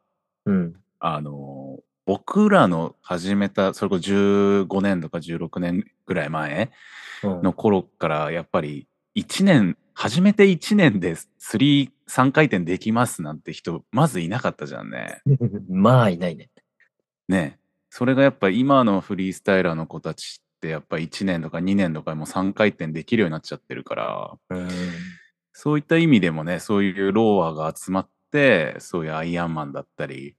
Speaker 1: うん。
Speaker 2: あの、僕らの始めた、それこそ15年とか16年ぐらい前
Speaker 1: うん
Speaker 2: の頃から、やっぱり1年、初めて1年で3、3回転できますなんて人、まずいなかったじゃんね。
Speaker 1: まあ、いないね。
Speaker 2: ねえそれがやっぱ今のフリースタイラーの子たちってやっぱ1年とか2年とかもう3回転できるようになっちゃってるから
Speaker 1: うん。
Speaker 2: そういった意味でもねそういうローアが集まってそういうアイアンマンだったり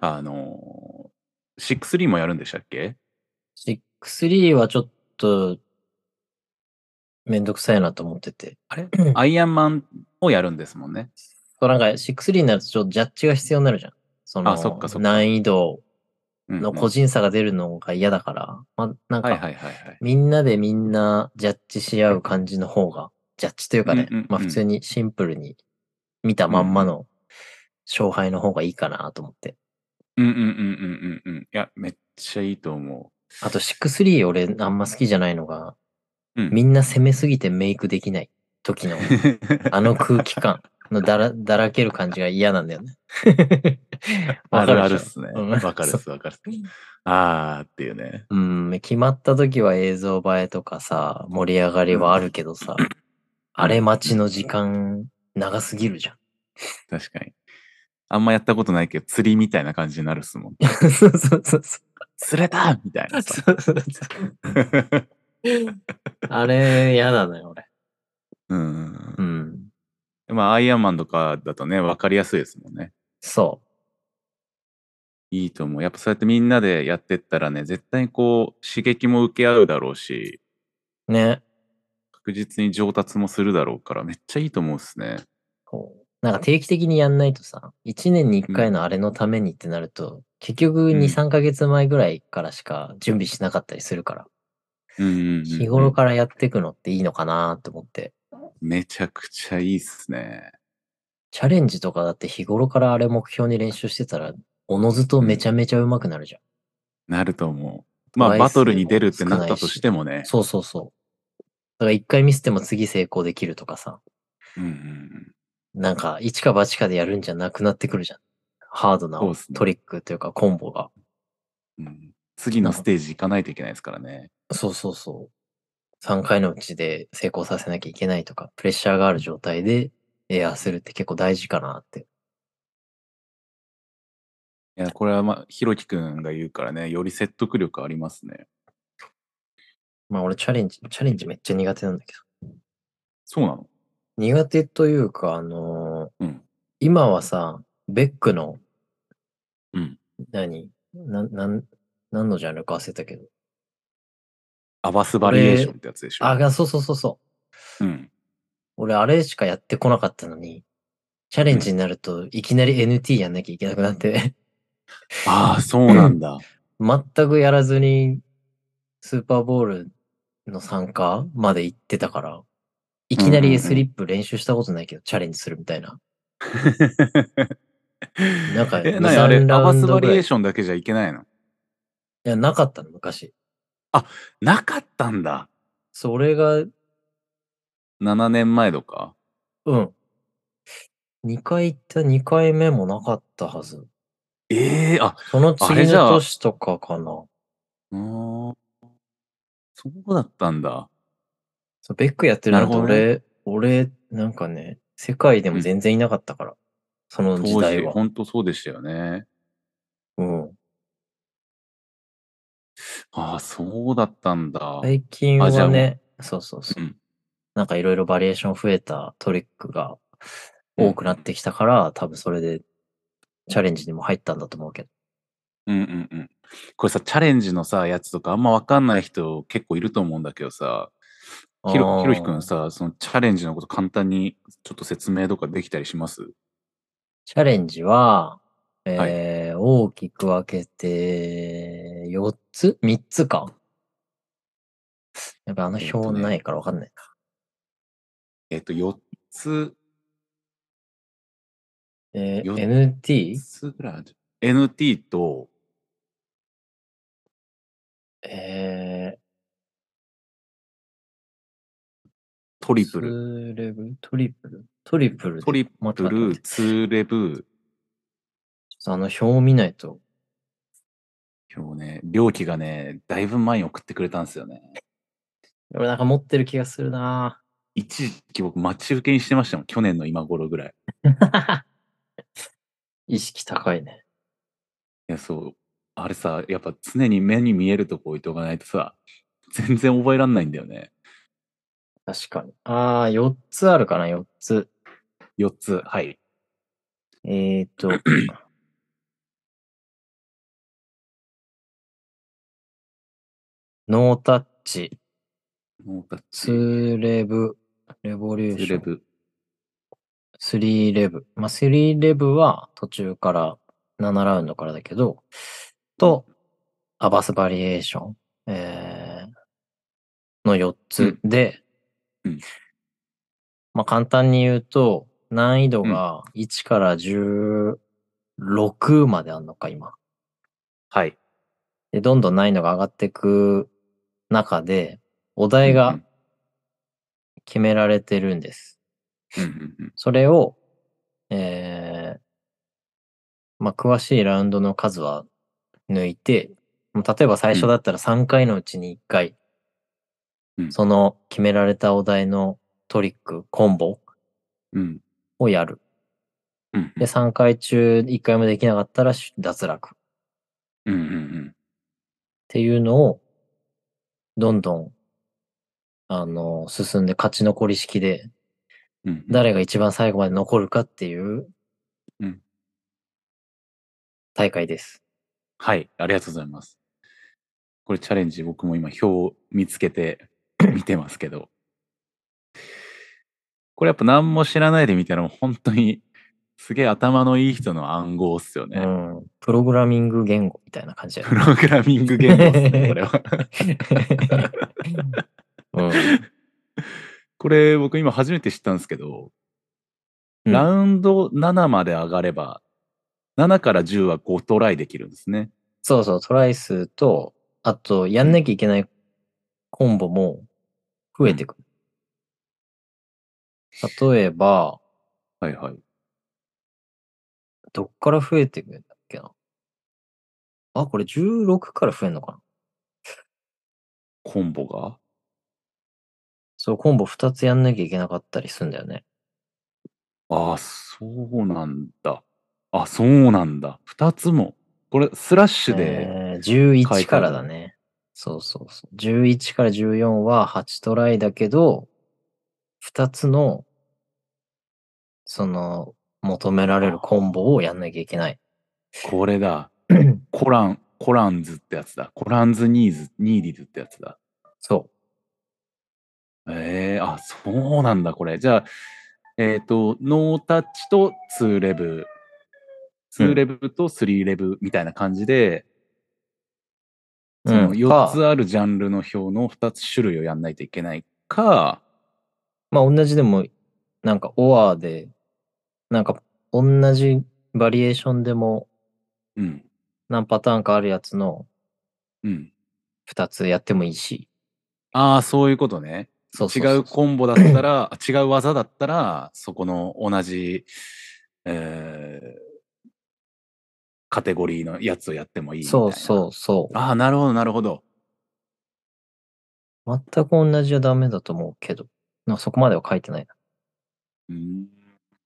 Speaker 2: あの63もやるんでしたっけ
Speaker 1: 6-3はちょっと、めんどくさいなと思ってて。
Speaker 2: あれアイアンマンをやるんですもんね。
Speaker 1: そうなんか6-3になるとちょっとジャッジが必要になるじゃん。その
Speaker 2: あそっかそっか
Speaker 1: 難易度
Speaker 2: うんうん
Speaker 1: の個人差が出るのが嫌だから、まあ、なん
Speaker 2: はい
Speaker 1: か
Speaker 2: はいはいはい。
Speaker 1: みんなでみんなジャッジし合う感じの方が、ジャッジというかね、
Speaker 2: うんうんうん
Speaker 1: まあ普通にシンプルに見たまんまの勝敗の方がいいかなと思って。
Speaker 2: うんうんうんうんうんうん。いやめっちゃいいと思
Speaker 1: あと6-3俺あんま好きじゃないのが、
Speaker 2: う。うん、
Speaker 1: みんな攻めすぎてメイクできない時のあの空気感のだ らだらける感じが嫌なんだよ ね。
Speaker 2: ある
Speaker 1: わか
Speaker 2: あるっ
Speaker 1: でし
Speaker 2: すね。
Speaker 1: うん
Speaker 2: わかるっすわかるっす。あーっていうね。
Speaker 1: ょうん、決まった時は映像映えとかさ、盛り上がりはあるけどさ、あれ待ちの時間長すぎるじゃん。
Speaker 2: 確かに。あんまやったことないけど、釣りみたいな感じになるっすもん。
Speaker 1: そうそうそうそ
Speaker 2: 釣れたみたいな
Speaker 1: う。
Speaker 2: さ。
Speaker 1: そうそうそうあれ、嫌なのよ、俺。
Speaker 2: うん
Speaker 1: う。ん。
Speaker 2: まあ、アイアンマンとかだとね、わかりやすいですもんね。
Speaker 1: そ
Speaker 2: いいと思う。やっぱそうやってみんなでやってったらね、絶対にこう、刺激も受け合うだろうし、
Speaker 1: う。ね。
Speaker 2: 確実に上達もするだろうから、めっちゃいいと思うっすね。
Speaker 1: こうなんか定期的にやんないとさ、1年に1回のあれのためにってなると、結局2、
Speaker 2: うん
Speaker 1: 3ヶ月前ぐらいからしか準備しなかったりするから、
Speaker 2: うんうんうんうん
Speaker 1: 日頃からやっていくのっていいのかなと思って。
Speaker 2: めちゃくちゃいいっすね。
Speaker 1: チャレンジとかだって日頃からあれ目標に練習してたら、おのずとめちゃめちゃ上手くなるじゃん。
Speaker 2: なると思う。まあ、
Speaker 1: トライ数
Speaker 2: バトルに出るって
Speaker 1: も少
Speaker 2: な
Speaker 1: ない
Speaker 2: っ
Speaker 1: した
Speaker 2: としてもね。
Speaker 1: そうそうそう。だから1回ミスっても次成功できるとかさ、
Speaker 2: うんうんうん。
Speaker 1: なんか一か八かでやるんじゃなくなってくるじゃん。ハードな
Speaker 2: そうっすね
Speaker 1: トリックというかコンボが。
Speaker 2: うん次のステージ行かないといけないですからね。
Speaker 1: そうそうそう。3回のうちで成功させなきゃいけないとか、プレッシャーがある状態でエアーするって結構大事かなって。
Speaker 2: いや、これはまあ、ひろきくんが言うからね、より説得力ありますね。
Speaker 1: まあ俺チャレンジ、チャレンジめっちゃ苦手なんだけど。
Speaker 2: そうなの
Speaker 1: 苦手というか、あのー
Speaker 2: うん
Speaker 1: 今はさ、ベックの、
Speaker 2: うん
Speaker 1: 何なん、なん、何のジャンルか忘れたけど。
Speaker 2: アバスバリエーションってやつでしょ。
Speaker 1: あ、がそうそうそうそう。
Speaker 2: うん。
Speaker 1: 俺あれしかやってこなかったのに、チャレンジになるといきなり NT やんなきゃいけなくなって。
Speaker 2: ああ、そうなんだ。
Speaker 1: 全くやらずに、スーパーボールの参加まで行ってたから、いきな
Speaker 2: うんうんう
Speaker 1: り
Speaker 2: ん
Speaker 1: スリップ練習したことないけど、チャレンジするみたいな。 なんか
Speaker 2: え、なにあれ、
Speaker 1: 2 3
Speaker 2: ア
Speaker 1: ラウ
Speaker 2: バ
Speaker 1: ン
Speaker 2: ス
Speaker 1: ド
Speaker 2: バ
Speaker 1: ぐ
Speaker 2: リ
Speaker 1: らい
Speaker 2: エーションだけじゃいけないの
Speaker 1: いや、なかったの、昔。
Speaker 2: なかったんだ。
Speaker 1: それが、
Speaker 2: 7年前とか。
Speaker 1: うん。2回行った2回目もなかったはず。
Speaker 2: ええあ、
Speaker 1: その
Speaker 2: あれ
Speaker 1: 次
Speaker 2: じゃ
Speaker 1: の
Speaker 2: あ
Speaker 1: 年とかかな。
Speaker 2: うーんそうだったんだ。
Speaker 1: そうベックやってるのと
Speaker 2: なるほど
Speaker 1: 俺、俺、なんかね、世界でも全然いなかったから。その時
Speaker 2: 当
Speaker 1: 代
Speaker 2: 時、
Speaker 1: は。
Speaker 2: 本当そうでしたよね。
Speaker 1: うん。
Speaker 2: ああ、そうだったんだ。
Speaker 1: 最近
Speaker 2: あじゃあ
Speaker 1: は
Speaker 2: もう
Speaker 1: ね、そうそうそう。
Speaker 2: うん
Speaker 1: なんかいろいろバリエーション増えたトリックが多くなってきたから、多分それでチャレンジにも入ったんだと思うけど。
Speaker 2: うんうんうん。これさ、チャレンジのさ、やつとかあんまわかんない人結構いると思うんだけどさ、
Speaker 1: あ
Speaker 2: ひろ
Speaker 1: ー
Speaker 2: ひろひくんさ、そのチャレンジのこと簡単にちょっと説明とかできたりします
Speaker 1: チャレンジは、えー大きく分けて、4つ ?3 つか。やっぱあの
Speaker 2: えーと
Speaker 1: 表
Speaker 2: ね
Speaker 1: ないからわかんないな。
Speaker 2: えっ、と、4つ、
Speaker 1: えー
Speaker 2: よ
Speaker 1: NT?
Speaker 2: 4つぐらいある NT と、
Speaker 1: えー、
Speaker 2: トリ
Speaker 1: ツ
Speaker 2: プ
Speaker 1: ー
Speaker 2: ル、
Speaker 1: レブトリプルトリプルで
Speaker 2: トリプ
Speaker 1: 待って待って待っ
Speaker 2: ル、
Speaker 1: て
Speaker 2: ツーレブ、
Speaker 1: ちょっとあの表を見ないと
Speaker 2: 今日ね、料金がね、だいぶ前に送ってくれたんですよね。
Speaker 1: 俺なんか持ってる気がするな
Speaker 2: 一時期僕待ち受けにしてましたもん、去年の今頃ぐらい。
Speaker 1: ぁ意識高いね。
Speaker 2: いや、そう。あれさ、やっぱ常に目に見えるとこ置いておかないとさ、全然覚えらんないんだよね。
Speaker 1: 確かに。ああ、4つあるかな、4つ。
Speaker 2: 4つ。はい。
Speaker 1: えー、っと。ノータッチ、
Speaker 2: ノータッチ
Speaker 1: ツーレブ、レボリューシ
Speaker 2: ツーレ
Speaker 1: ョン、
Speaker 2: ブ。
Speaker 1: スリーレブ。まあ、スリーレブは途中から、7ラウンドからだけど、と、アバスバリエーション、えーの4つで、
Speaker 2: うんうん
Speaker 1: まあ、簡単に言うと、難易度が1から16まであんのか、今。
Speaker 2: はい。
Speaker 1: で、どんどん難易度が上がっていく中で、お題
Speaker 2: う
Speaker 1: が
Speaker 2: ん
Speaker 1: 決められてるんです。
Speaker 2: うんうんうん
Speaker 1: それを、えー、まあ、詳しいラウンドの数は抜いて、もう例えば最初だったら3回のうちに1回、
Speaker 2: うん
Speaker 1: その決められたお題のトリック、コンボ
Speaker 2: うん。
Speaker 1: をやる。
Speaker 2: うん
Speaker 1: で、3回中1回もできなかったらし脱落。っ
Speaker 2: うんうんうん
Speaker 1: ていうのを、どんどん、あの、進んで勝ち残り式で
Speaker 2: うん。
Speaker 1: 誰が一番最後まで残るかっていう
Speaker 2: うん
Speaker 1: 大会です。
Speaker 2: はい。ありがとうございます。これチャレンジ、僕も今表を見つ けて見てますけど。これやっぱ何も知らないで見たらもう本当にすげえ頭のいい人の暗号っすよね。
Speaker 1: うん。プログラミング言語みたいな感じだよ
Speaker 2: プログラミング言語っすね、これは。
Speaker 1: うん。
Speaker 2: これ僕今初めて知ったんですけど、
Speaker 1: うん
Speaker 2: ラウンド7まで上がれば、7から10は5トライできるんですね。
Speaker 1: そうそう、トライ数と、あと、やんなきゃいけないコンボも増えてくる。例えば、
Speaker 2: はいはい。
Speaker 1: どっから増えていくんだっけな。あ、これ16から増えるのかな
Speaker 2: コンボが
Speaker 1: そう、コンボ2つやんなきゃいけなかったりするんだよね。
Speaker 2: ああ、そうなんだ。あ、そうなんだ。2つも。これ、スラッシュで、
Speaker 1: えー
Speaker 2: 書い
Speaker 1: 11
Speaker 2: てあ
Speaker 1: か
Speaker 2: る
Speaker 1: らだね。そうそうそう。11から14は8トライだけど、2つの、その、求められるコンボをやんなきゃいけない。
Speaker 2: これ だ。コラン、コランズってやつだ。コランズニーズ、ニーディズってやつだ。
Speaker 1: そ
Speaker 2: ええあ、そうなんだ、これ。じゃあ、えっ、と、ノータッチと2レブ、2レブと3レブみたいな感じで、
Speaker 1: う。
Speaker 2: その
Speaker 1: うん
Speaker 2: 4
Speaker 1: か
Speaker 2: つあるジャンルの表の2つ種類をやんないといけないか、
Speaker 1: まあ同じでも、なんかオアで、なんか同じバリエーションでも
Speaker 2: うん、
Speaker 1: 何パターンかあるやつの
Speaker 2: うん。
Speaker 1: 2つやってもいいし。
Speaker 2: ああ、そういうことね。
Speaker 1: そうそう
Speaker 2: 違
Speaker 1: そう
Speaker 2: コンボだったら、 あ違う技だったら、そこの同じ、えーカテゴリーのやつをやってもいいみたいな。
Speaker 1: そうそうそう。
Speaker 2: ああ、なるほど、なるほど。
Speaker 1: 全く同じはダメだと思うけど。なんかそこまでは書いてないな。
Speaker 2: うーん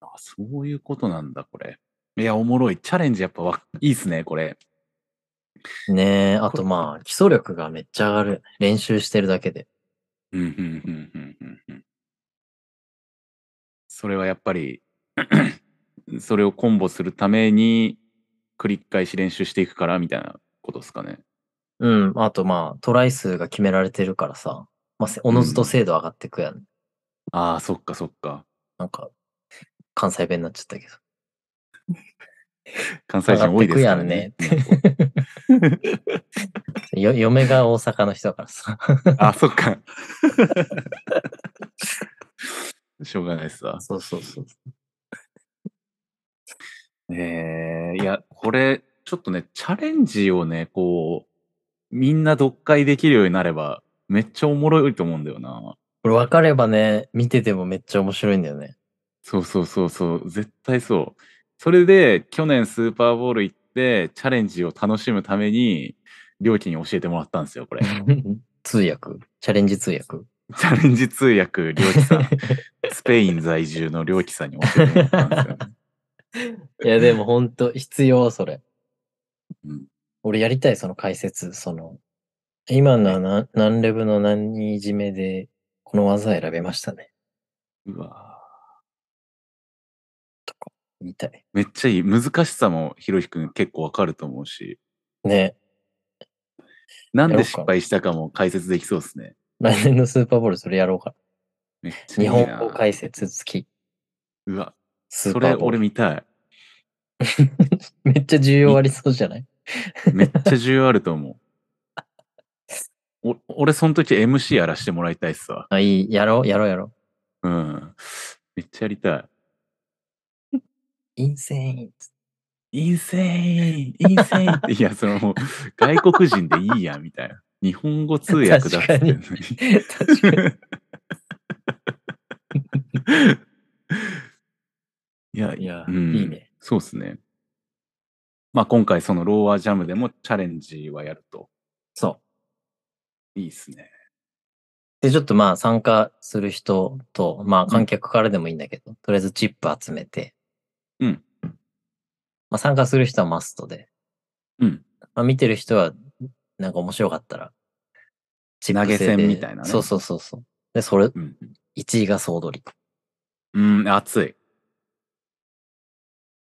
Speaker 2: あそういうことなんだ、これ。いや、おもろい。チャレンジやっぱわいいっすね、これ。
Speaker 1: ねえ、あ
Speaker 2: こと
Speaker 1: まあ、基礎力がめっちゃ上がるよね。練習してるだけで。
Speaker 2: うん、うん、うん、うん、うんうん。それはやっぱり、 それをコンボするために、繰り返し練習していくから、みたいなことですかね。
Speaker 1: うん、あとまあ、トライ数が決められてるからさ、まあ、せおのずと精度上がってくやん。
Speaker 2: ああ、そっか、そっか。
Speaker 1: なんか、関西弁になっちゃったけど。
Speaker 2: 関西人多いですからね。
Speaker 1: 上がってくやんねって。 よ嫁が大阪の人だからさ。
Speaker 2: あ、そっか。しょうがないっすわ。
Speaker 1: そうそうそう。
Speaker 2: ええいや、これ、ちょっとね、チャレンジをね、こう、みんな読解できるようになれば、めっちゃおもろいと思うんだよな。
Speaker 1: これ分かればね、見ててもめっちゃ面白いんだよね。
Speaker 2: そうそうそうそう、絶対そう。それで、去年スーパーボール行って、チャレンジを楽しむために、りょうきに教えてもらったんですよ、こ れ。
Speaker 1: 通訳チャレンジ通訳
Speaker 2: チャレンジ通訳、りょうきさん。スペイン在住のりょうきさんに教えてもらったんですよね。
Speaker 1: いや、でも本当必要、それ。
Speaker 2: うん
Speaker 1: 俺やりたい、その解説。その、今のはな何レベルの何いじめで、この技選べましたね。
Speaker 2: うわ
Speaker 1: みたい。
Speaker 2: めっちゃいい。難しさもひろひくん結構わかると思うし、
Speaker 1: ね
Speaker 2: なん
Speaker 1: やろ
Speaker 2: で
Speaker 1: うか
Speaker 2: 失敗したかも解説できそうですね。
Speaker 1: 来年のスーパーボール、それやろうか。
Speaker 2: めっちゃ
Speaker 1: 日
Speaker 2: いい
Speaker 1: 本
Speaker 2: な
Speaker 1: 語解説付き。
Speaker 2: うわ、
Speaker 1: スー
Speaker 2: そ
Speaker 1: パ
Speaker 2: れ
Speaker 1: ーボー
Speaker 2: 俺
Speaker 1: ル。
Speaker 2: 見たい。
Speaker 1: めっちゃ重要ありそうじゃない
Speaker 2: めっちゃ重要あると思う。お俺、その時 MC やらしてもらいたいっすわ。
Speaker 1: あ、いい。やろう、やろう、やろ
Speaker 2: うん。めっちゃやりたい。
Speaker 1: う。インセイ ン。
Speaker 2: インセインインセインって、いや、そのもう、外国人でいいや、みたいな。日本語通訳だっつってんのに。
Speaker 1: 確かに。
Speaker 2: いや、
Speaker 1: いや、
Speaker 2: うん
Speaker 1: いいね。
Speaker 2: そうですね。まあ、今回、そのローアージャムでもチャレンジはやると。
Speaker 1: そう。
Speaker 2: いいですね。
Speaker 1: で、ちょっとまあ参加する人と、まあ観客からでもいいんだけど、とりあえずチップ集めて、
Speaker 2: うん。
Speaker 1: まあ参加する人はマストで、
Speaker 2: うん。
Speaker 1: まあ見てる人は、なんか面白かったら、チップ制で
Speaker 2: 投げ銭みたいなね
Speaker 1: そうそうそうそう。で、それ、
Speaker 2: うん。
Speaker 1: 1位が総取り。
Speaker 2: うん、熱い。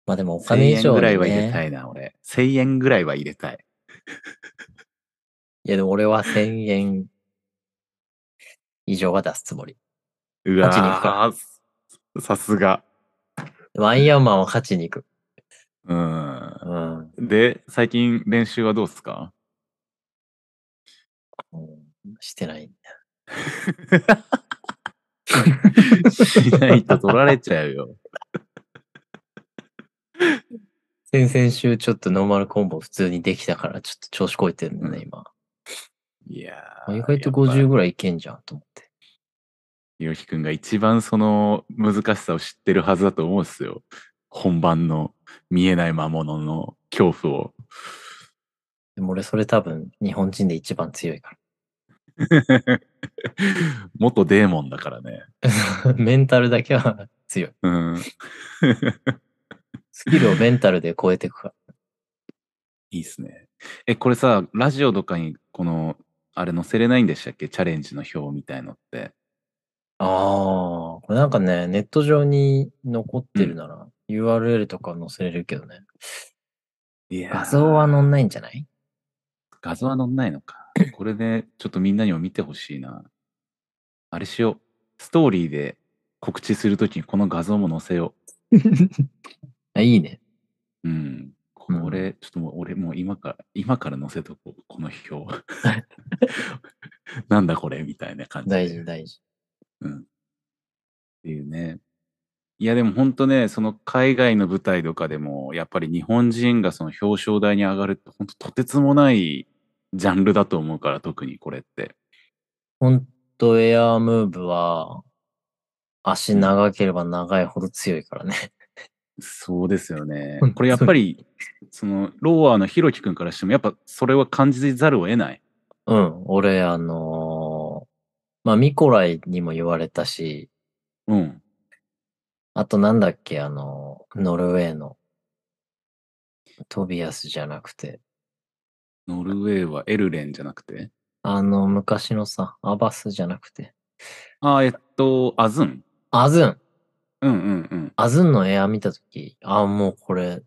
Speaker 1: まあでもお
Speaker 2: 1000
Speaker 1: 金以上、ね、
Speaker 2: 円ぐらいは入れ
Speaker 1: い。
Speaker 2: たいな、俺。1000円ぐらいは入れたい。
Speaker 1: や、でも俺は1000円以上は出すつもり。
Speaker 2: う
Speaker 1: 勝ちに行く
Speaker 2: わーさすが。
Speaker 1: ワイヤーマンは勝ちに行く。
Speaker 2: うん。
Speaker 1: うん。
Speaker 2: で、最近練習はどうですか
Speaker 1: うんしてない。
Speaker 2: しないと取られちゃうよ。
Speaker 1: 先々週ちょっとノーマルコンボ普通にできたから、ちょっと調子こいてるんだね、
Speaker 2: うん
Speaker 1: 今。
Speaker 2: いや
Speaker 1: あ
Speaker 2: ー
Speaker 1: 意外と
Speaker 2: や
Speaker 1: 50
Speaker 2: っぱ
Speaker 1: ぐらいいけんじゃんと思って。
Speaker 2: ひろきくんが一番その難しさを知ってるはずだと思うんですよ。本番の見えない魔物の恐怖を。
Speaker 1: でも俺それ多分日本人で一番強いか
Speaker 2: 元デーモンだからね。
Speaker 1: ら。 メンタルだけは強い。
Speaker 2: うん。
Speaker 1: スキルをメンタルで超えていくから。
Speaker 2: いいっすね。え、これさ、ラジオとかに、この、あれ載せれないんでしたっけチャレンジの表みたいのって。
Speaker 1: ああ、これなんかね、ネット上に残ってるなら、URL とか載せれるけどね。
Speaker 2: いやー
Speaker 1: 画像は載んないんじゃ ない
Speaker 2: 画像は載んないのか。これで、ちょっとみんなにも見てほしいな。あれしよう。ストーリーで告知するときにこの画像も載せよ
Speaker 1: あいいね。
Speaker 2: う。うん。こ
Speaker 1: うん
Speaker 2: れ、ちょっともう、俺もう今から、今から載せとこう。この表。 なんだこれみたいな感じで。
Speaker 1: 大事、大事。
Speaker 2: っていうね。いやでも本当ね、その海外の舞台とかでも、やっぱり日本人がその表彰台に上がるって、本当とてつもないジャンルだと思うから、特にこれって。
Speaker 1: ほんと、エアームーブは、足長ければ長いほど強いからね。
Speaker 2: そうですよね
Speaker 1: うん。
Speaker 2: これやっぱり、そのローアーのひろきくんからしても、やっぱそれは感じざるを得ない。
Speaker 1: うん、俺、あのーまあ、ミコライにも言われたし、
Speaker 2: うん。
Speaker 1: あとなんだっけ、あの、ノルウェーの、トビアスじゃなくて、
Speaker 2: ノルウェーはエルレンじゃなくて。
Speaker 1: あの、昔のさ、アバスじゃなくて、
Speaker 2: あ、えっと、アズン。
Speaker 1: アズン
Speaker 2: うんうんうん。
Speaker 1: アズンのエア見たとき、あ、もうこれ、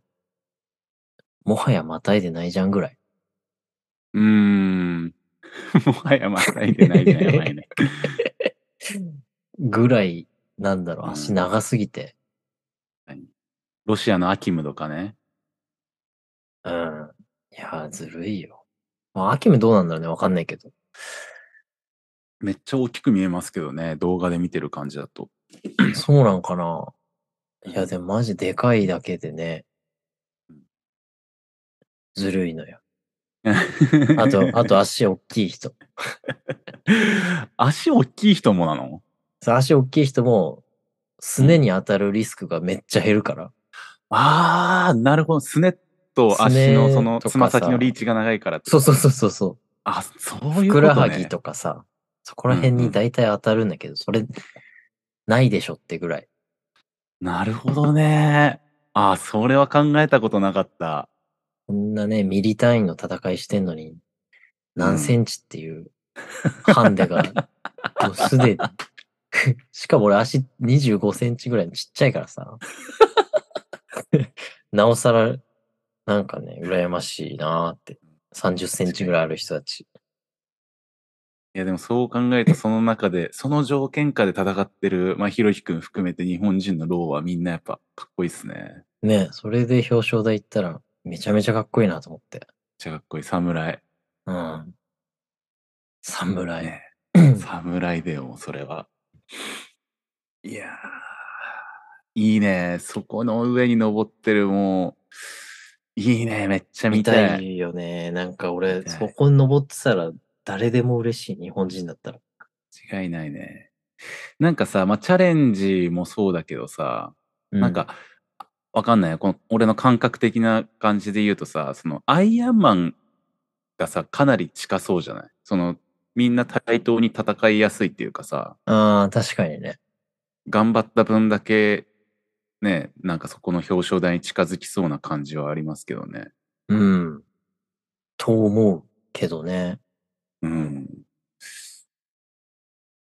Speaker 1: もはやまたいでないじゃんぐらい。
Speaker 2: うーん。 もはやまたいでないじゃん、やばいね。
Speaker 1: ぐらい、なんだろ
Speaker 2: う
Speaker 1: う、
Speaker 2: ん
Speaker 1: 足長すぎて。
Speaker 2: ロシアのアキムとかね。
Speaker 1: うん。いやー、ずるいよ。まあ、アキムどうなんだろうね、わかんないけど。
Speaker 2: めっちゃ大きく見えますけどね、動画で見てる感じだと。
Speaker 1: そうなんかな。いや、でもマジでかいだけでね
Speaker 2: うん。
Speaker 1: ずるいのよ。あ
Speaker 2: あ
Speaker 1: と、あ、と足大きい人。
Speaker 2: 足大きい人もなの
Speaker 1: そう足大きい人も、すねに当たるリスクがめっちゃ減るから。
Speaker 2: ああ、なるほど。すねと足の
Speaker 1: すね
Speaker 2: その
Speaker 1: とかさ
Speaker 2: つま先のリーチが長いからって
Speaker 1: そうそうそうそうそう。
Speaker 2: あ、そういうこと、ね。
Speaker 1: ふくらはぎとかさ、そこら辺に大体当たるんだけど、それ、ないでしょってぐらい。
Speaker 2: なるほどね。あ、それは考えたことなかった。
Speaker 1: こんなね、ミリ単位の戦いしてんのに、
Speaker 2: うん
Speaker 1: 何センチっていうハンデが、もうすでに。 しかも俺足25センチぐらいのちっちゃいからさ。 なおさら、なんかね、羨ましいなーって。30センチぐらいある人たち。
Speaker 2: いや、でもそう考えたその中で、その条件下で戦ってる、まあ、ひろひくん含めて日本人のローはみんなやっぱかっこいいっすね。めっ
Speaker 1: ね、それで表彰台行ったら、めちゃめちゃかっこいいなと思って。
Speaker 2: ちゃかっこいい。侍。
Speaker 1: うん。侍。
Speaker 2: ね。侍だよ、それは。いやー、いいね。そこの上に登ってる、もう、いいね。めっちゃ見
Speaker 1: 見
Speaker 2: たい。
Speaker 1: たいよね。なんか
Speaker 2: 見
Speaker 1: 俺、
Speaker 2: たい
Speaker 1: そこに登ってたら誰でも嬉しい、日本人だったら。
Speaker 2: 違いないね。なんかさ、まあ、チャレンジもそうだけどさ、
Speaker 1: う
Speaker 2: なん、か、わかんないよ。この俺の感覚的な感じで言うとさ、そのアイアンマンがさ、かなり近そうじゃないその、みんな対等に戦いやすいっていうかさ、
Speaker 1: ああ、確かにね。
Speaker 2: 頑張った分だけ、ね、なんかそこの表彰台に近づきそうな感じはありますけどね。
Speaker 1: うん。と思うけどね。
Speaker 2: うん。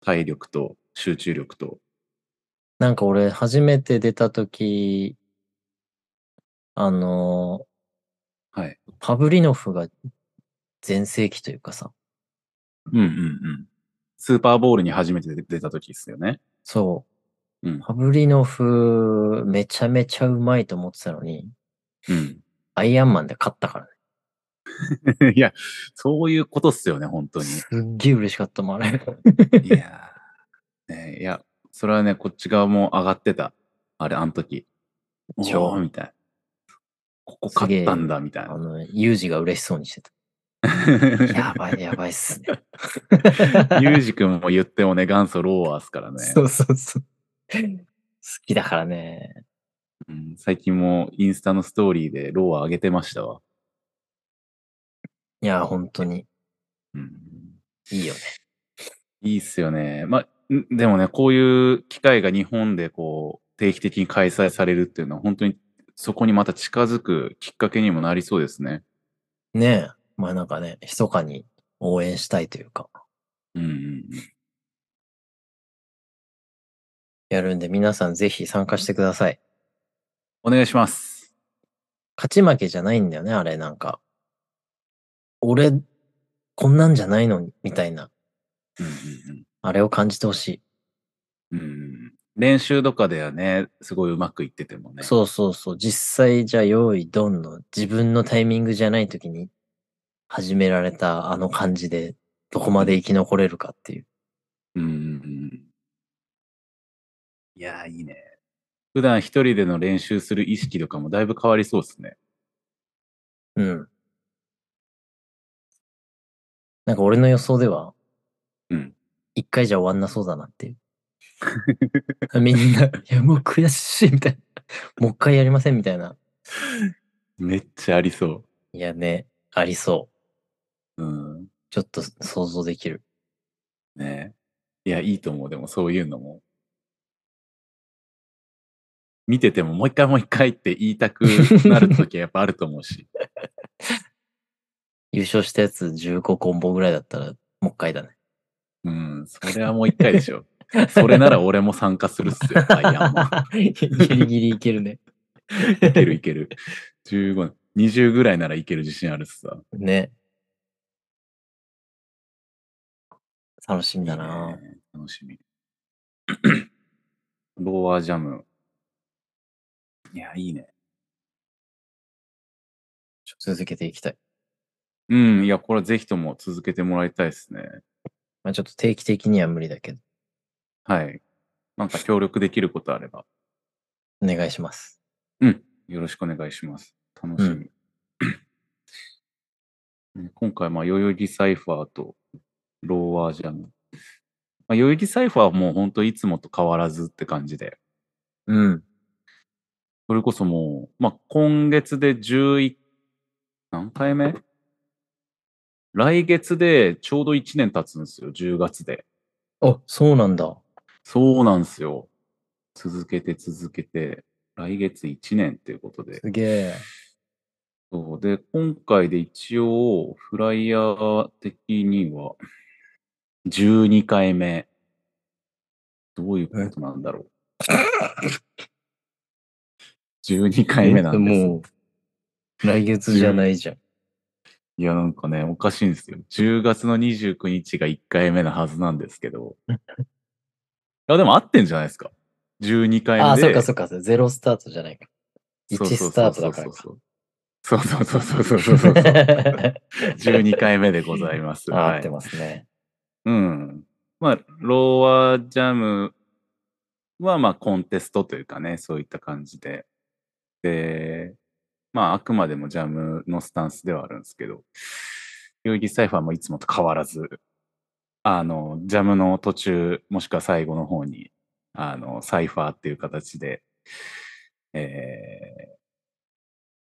Speaker 2: 体力と集中力と。
Speaker 1: なんか俺、初めて出た時、あの
Speaker 2: はい。
Speaker 1: ー、パブリノフが全盛期というかさ、
Speaker 2: うんうんうん。スーパーボールに初めて出た時ですよね。
Speaker 1: そ
Speaker 2: うん
Speaker 1: う、パブリノフ、めちゃめちゃうまいと思ってたのに、
Speaker 2: うん。
Speaker 1: アイアンマンで勝ったからね。
Speaker 2: いや、そういうことっすよね、本当に。
Speaker 1: すっげえ嬉しかったもん、あ れ。
Speaker 2: いやー、 ね、いや、それはね、こっち側も上がってた。あれ、あの時。
Speaker 1: でし
Speaker 2: お
Speaker 1: ょ
Speaker 2: ーみたいな。ここ勝ったんだ、みたい
Speaker 1: あ
Speaker 2: な。
Speaker 1: の、ユージが嬉しそうにしてた。 やばい、やばいっす ね。
Speaker 2: ユージ君も言ってもね、元祖ローワーっすからね。
Speaker 1: そうそうそう。好きだからね。
Speaker 2: うん最近もインスタのストーリーでローワー上げてましたわ。
Speaker 1: いや、本当に
Speaker 2: うん、
Speaker 1: いいよね。
Speaker 2: いいっすよね。まあ、んでもね、こういう機会が日本でこう、定期的に開催されるっていうのは、本当にそこにまた近づくきっかけにもなりそうですね。
Speaker 1: ねえ。まあなんかね、密かに応援したいというか、
Speaker 2: うんうんうん。
Speaker 1: やるんで皆さんぜひ参加してください。
Speaker 2: お願いします。
Speaker 1: 勝ち負けじゃないんだよね、あれなんか。俺、こんなんじゃないのに、みたいな。
Speaker 2: うんうんうん
Speaker 1: あれを感じてほし
Speaker 2: うん練習とかではね、すごいうまくいってても
Speaker 1: い。
Speaker 2: ね。
Speaker 1: そうそうそう。実際じゃあ用意ドンの自分のタイミングじゃない時に始められたあの感じでどこまで生き残れるかっていう。
Speaker 2: うんうんうん。いやー、いいね。普段一人での練習する意識とかもだいぶ変わりそうですね。
Speaker 1: うん。なんか俺の予想では、
Speaker 2: うん。
Speaker 1: 一回じゃ終わんなそうだなっていう。みんな、 いやもう悔しいみたいな。もう一回やりませんみたいな。
Speaker 2: めっちゃありそ
Speaker 1: いやね、ありそう。
Speaker 2: う。うん。
Speaker 1: ちょっと想像できる。
Speaker 2: ねいや、いいと思う。でもそういうのも。見ててももう一回もう一回って言いたくなるときはやっぱあると思う し。
Speaker 1: 優勝したやつ15コンボぐらいだったら、もう一回だね。
Speaker 2: うん。それはもう一回でしょ。それなら俺も参加するっ すよ。アイアンマ ン
Speaker 1: ギリギリいけるね。
Speaker 2: いけるいける。15、20ぐらいならいける自信あるっすさ。
Speaker 1: ね。楽しみだな。
Speaker 2: いいね楽しみ。 ローアージャム。いや、いいね。
Speaker 1: 続けていきたい。
Speaker 2: うん、いや、これはぜひとも続けてもらいたいですね。
Speaker 1: まあちょっと定期的には無理だけど、
Speaker 2: はい。なんか協力できることあれば、
Speaker 1: お願いします。
Speaker 2: よろしくお願いします。楽しみ。 ね今回、まあ、代々木サイファーとローアージャム。まあ、代々木サイファーはもう本当いつもと変わらずって感じで。
Speaker 1: うん。
Speaker 2: それこそもう、まあ、今月で11何回目来月でちょうど1年経つんですよ、10月で。
Speaker 1: あ、そうなんだ。
Speaker 2: そうなんですよ。続けて続けて、来月1年っていうことで。
Speaker 1: すげえ。
Speaker 2: そうで、今回で一応、フライヤー的には、12回目。どういうことなんだろ う。12回目なんです。
Speaker 1: もう、来月じゃないじゃん。
Speaker 2: いや、なんかね、おかしいんですよ。10月の29日が1回目なはずなんです けど。いや、でも合ってんじゃないですか。12回目で。
Speaker 1: あ、そっかそっか。ゼロスタートじゃないか。1スタートだからか。
Speaker 2: そうそうそうそうそうそうそうそうそうそう。12回 目でございます。
Speaker 1: あ
Speaker 2: は
Speaker 1: 合って
Speaker 2: い。
Speaker 1: ますね。
Speaker 2: うん。まあ、ローアジャムは、まあ、コンテストというかね、そういった感じで。で、まあ、あくまでもジャムのスタンスではあるんですけど、代々木サイファーもいつもと変わらず、あの、ジャムの途中、もしくは最後の方に、あの、サイファーっていう形で、えー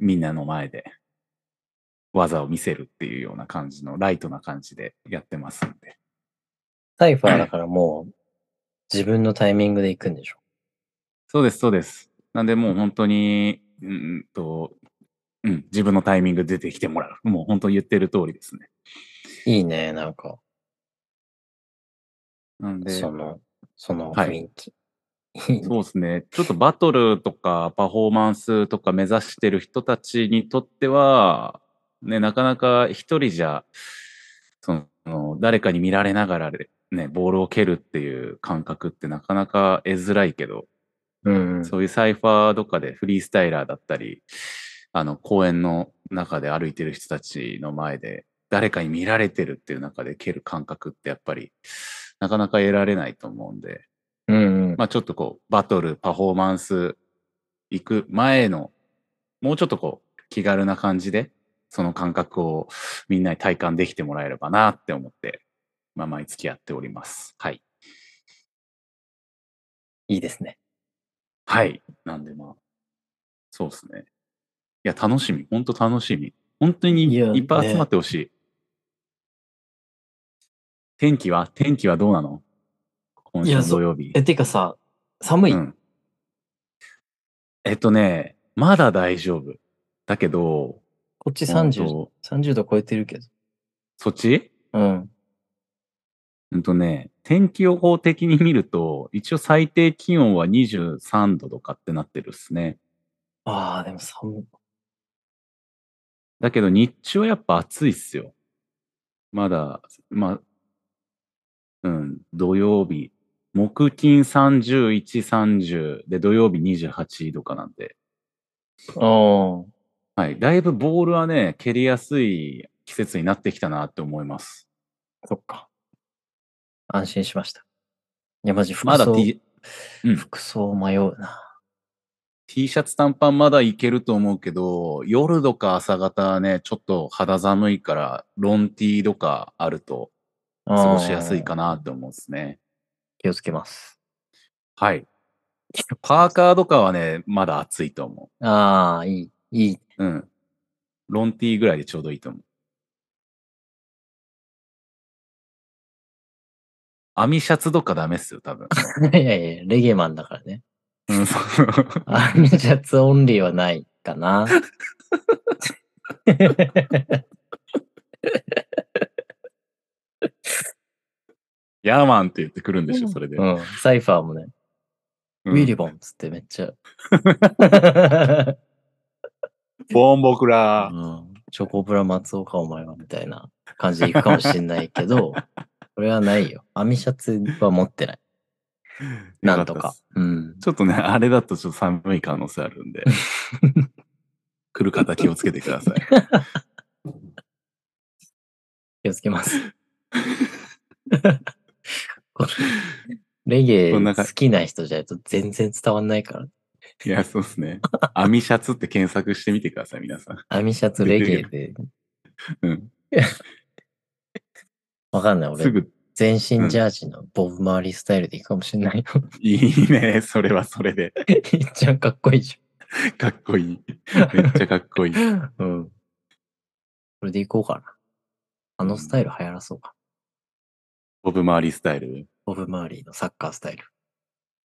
Speaker 2: みんなの前で技を見せるっていうような感じの、ライトな感じでやってますんで。
Speaker 1: サイファーだからもう、自分のタイミングで行くんでしょ。
Speaker 2: そうです、そうです。なんで、もう本当に、うーんと、うん、自分のタイミングで出てきてもらう。もう本当言ってる通りですね。
Speaker 1: いいね、なんか、
Speaker 2: なんで、そ
Speaker 1: そうの、その
Speaker 2: はい
Speaker 1: 雰囲気。いいね
Speaker 2: ですね。ちょっとバトルとかパフォーマンスとか目指してる人たちにとっては、ね、なかなか一人じゃ、その、誰かに見られながらでね、ボールを蹴るっていう感覚ってなかなか得づらいけど、
Speaker 1: うんうん。
Speaker 2: そういうサイファーとかでフリースタイラーだったり、あの公園の中で歩いてる人たちの前で誰かに見られてるっていう中で蹴る感覚ってやっぱりなかなか得られないと思うんで、
Speaker 1: うんうん。
Speaker 2: まあちょっとこうバトル、パフォーマンス行く前のもうちょっとこう気軽な感じでその感覚をみんなに体感できてもらえればなって思って、まあ毎月やっております。はい。
Speaker 1: いいですね。
Speaker 2: はい。なんでまあ、そうですね。いや、楽しみ。ほんと楽しみ。本当に
Speaker 1: いや
Speaker 2: いっぱい
Speaker 1: ね
Speaker 2: 集まってほしい。天気は天気はどうなの今週
Speaker 1: いや
Speaker 2: の
Speaker 1: そ
Speaker 2: 土曜日。
Speaker 1: え、てかさ、寒い、
Speaker 2: うんえっとね、まだ大丈夫。だけど、
Speaker 1: こっち
Speaker 2: うん
Speaker 1: 30、
Speaker 2: と
Speaker 1: 30度超えてるけど。
Speaker 2: そっち
Speaker 1: うん。
Speaker 2: うんとね、天気予報的に見ると、一応最低気温は23度とかってなってるっすね。
Speaker 1: ああ、でも寒い。
Speaker 2: だけど日中はやっぱ暑いっすよ。まだ、まあ、うん、土曜日、木金31、30で土曜日28度かなんで、
Speaker 1: あ
Speaker 2: はい、だいぶボールはね、蹴りやすい季節になってきたなって思います。
Speaker 1: あ、そっか。安心しました。いや、マジ服装、
Speaker 2: まだ T, うん
Speaker 1: 服装迷うな。
Speaker 2: T シャツ短パンまだいけると思うけど、夜とか朝方はね、ちょっと肌寒いから、ロン T とかあると過ごしやすい
Speaker 1: あー。
Speaker 2: かなって思うんですね。
Speaker 1: 気をつけます。
Speaker 2: はい。パーカーとかはね、まだ暑いと思
Speaker 1: ああ、いい、 いい。
Speaker 2: う。うん。ロンティーぐらいでちょうどいいと思う。網シャツとかダメっすよ、多分。
Speaker 1: いやいや、レゲエマンだからね。
Speaker 2: うんそう
Speaker 1: アミシャツオンリーはないかな。
Speaker 2: ヤーマンって言ってくるんでしょ、それで。
Speaker 1: うん。サイファーもね、
Speaker 2: うん
Speaker 1: ウィリボンっつってめっ ちゃ。
Speaker 2: ボンボク
Speaker 1: う
Speaker 2: ラー。
Speaker 1: ん、チョコプラ松岡お前はみたいな感じでいくかもしんないけど、これはないよ。アミシャツは持ってない。なんと
Speaker 2: よったっ
Speaker 1: か
Speaker 2: す。。
Speaker 1: うん。
Speaker 2: ちょっとね、あれだとちょっと寒い可能性あるん で。来る方気をつけてください。
Speaker 1: 気をつけます。 こレゲエ
Speaker 2: こんな
Speaker 1: 好
Speaker 2: か
Speaker 1: きな人じゃないと全然伝わんないから。
Speaker 2: いや、そうですね。網シャツって検索してみてください、皆さん。
Speaker 1: アミシャツレゲエで、
Speaker 2: うん。
Speaker 1: わかんない。俺
Speaker 2: す、ぐ
Speaker 1: 全
Speaker 2: うん
Speaker 1: 身ジャージのボブ・マーリースタイルでいくかもしれないよ。
Speaker 2: いいね。それはそれで。
Speaker 1: いっちゃんかっこいいじ
Speaker 2: かっこいい。めっちゃかっこいい。
Speaker 1: ゃん。うん。これでいこうかな。あのスタイル流行らそうか。
Speaker 2: ボブ・マーリースタイル。
Speaker 1: ボブ・マーリーのサッカースタイル。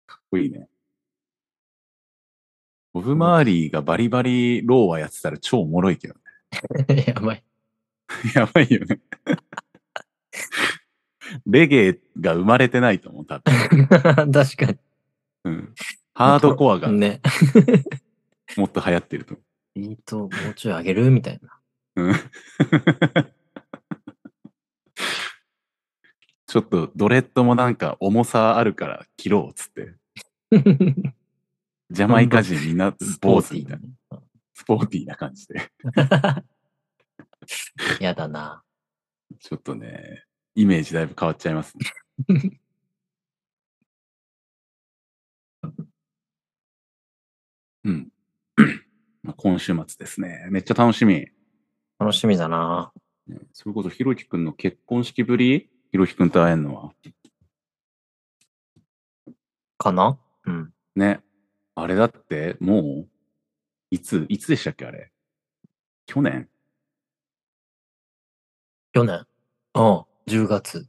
Speaker 2: かっこいいね。ボブ・マーリーがバリバリローはやってたら超おもろいけどね。
Speaker 1: や ばい。
Speaker 2: やばいよね。レゲエが生まれてないと思う、多 分。
Speaker 1: 確かに。
Speaker 2: うん、ハードコアがも
Speaker 1: ね。
Speaker 2: っと流行ってると思
Speaker 1: ビートもうちょい上げるみたいな。
Speaker 2: う。うん ちょっとドレッドもなんか重さあるから切ろうっつって。ジャマイカ人みんな坊主みたいな。
Speaker 1: な。
Speaker 2: スポーティーな感じで。
Speaker 1: やだな。
Speaker 2: ちょっとね、イメージだいぶ変わっちゃいますね。 うん。 まあ今週末ですね。めっちゃ楽しみ。
Speaker 1: 楽しみだな。
Speaker 2: ねそれこそ、ひろきくんの結婚式ぶりひろきくんと会えるのは。
Speaker 1: かなうん。
Speaker 2: ね。あれだって、もう、いつ、いつでしたっけ、あれ。去年
Speaker 1: 去年。うん。10月。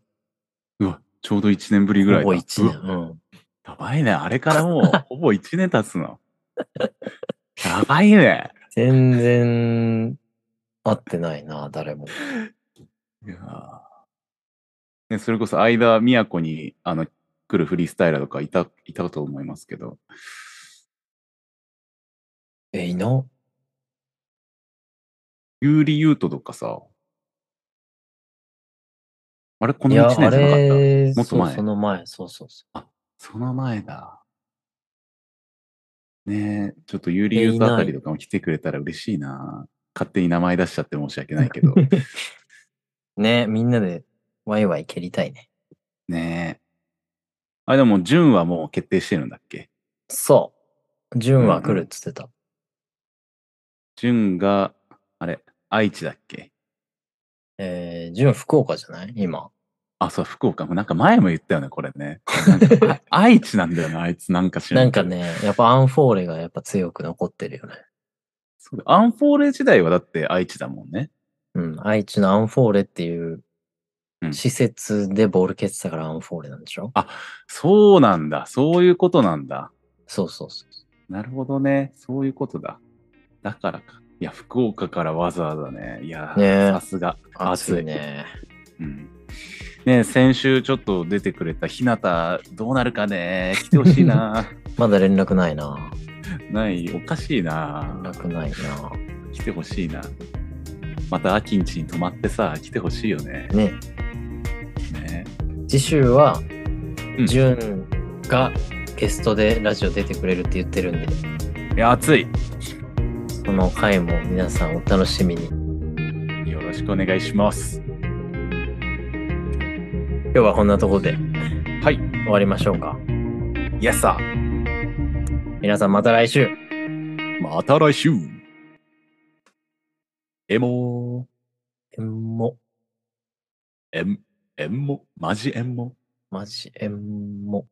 Speaker 2: うわ、ちょうど1年ぶりぐらい
Speaker 1: ほ
Speaker 2: だ。
Speaker 1: ぼ1年。
Speaker 2: うわ。
Speaker 1: うん。
Speaker 2: やばいね。あれからもう、ほぼ1年経つ の。やばいね。
Speaker 1: 全然、会ってないな、誰も。
Speaker 2: いやーね、それこそ間、宮古にあの来るフリースタイラーとかいたいたと思いますけど、
Speaker 1: え、いな。
Speaker 2: ユーリ・ユートとかさ、あれ、こ
Speaker 1: い
Speaker 2: の1
Speaker 1: や、
Speaker 2: 年じゃ
Speaker 1: あ
Speaker 2: なかった
Speaker 1: れ、
Speaker 2: もっと前
Speaker 1: そうその前、そうそうそ
Speaker 2: その前だ。ねえ、ちょっとユーリ・ユートあたりとかも来てくれたら嬉しいな。勝手に名前出しちゃって申し訳ない け
Speaker 1: う。
Speaker 2: ど、
Speaker 1: ね、みんなで、ワイワイ蹴りたいね。
Speaker 2: ねえ。あれ、でも、ジュンはもう決定してるんだっけ
Speaker 1: そう。ジュンは来るっつってた。
Speaker 2: ジュンが、あれ、愛知だっけ
Speaker 1: えー、ジュン福岡じゃない今。
Speaker 2: あ、そう、福岡もなんか前も言ったよね、これね。なん かあ愛知なんだよね、あいつなんか知ら
Speaker 1: なん
Speaker 2: け
Speaker 1: か
Speaker 2: ど。
Speaker 1: ね、やっぱアンフォーレがやっぱ強く残ってるよね。
Speaker 2: そうアンフォーレ時代はだって愛知だもんね。
Speaker 1: うん、愛知のアンフォーレっていう
Speaker 2: うん
Speaker 1: 施設でボール蹴ってたからアンフォーレなんでしょ、
Speaker 2: そうなんだ。そういうことなんだ。
Speaker 1: そうそうそう。
Speaker 2: なるほどね。そういうことだ。だからか。いや、福岡からわざわざね。いやー、
Speaker 1: ねえ
Speaker 2: さすが。
Speaker 1: 熱いね。
Speaker 2: うん。ねえ先週ちょっと出てくれた日向、どうなるかね。来てほし いな。
Speaker 1: まだ連絡ないな。
Speaker 2: ない、おかしいな
Speaker 1: 連。絡ないな。
Speaker 2: 来てほしいな。また秋んちに泊まってさ、来てほしいよね。
Speaker 1: ね、
Speaker 2: ね
Speaker 1: 次週は、
Speaker 2: ん
Speaker 1: ジュンがゲストでラジオ出てくれるって言ってるんで、
Speaker 2: いや、暑い。
Speaker 1: その回も皆さんお楽しみに。
Speaker 2: よろしくお願いします。
Speaker 1: 今日はこんなところで
Speaker 2: はい。
Speaker 1: 終わりましょうか。
Speaker 2: イエスさ
Speaker 1: 皆さんまた来週
Speaker 2: また来週エモ
Speaker 1: 縁も、
Speaker 2: ー、エン、エンモ、マジエンモ。
Speaker 1: マジ縁も。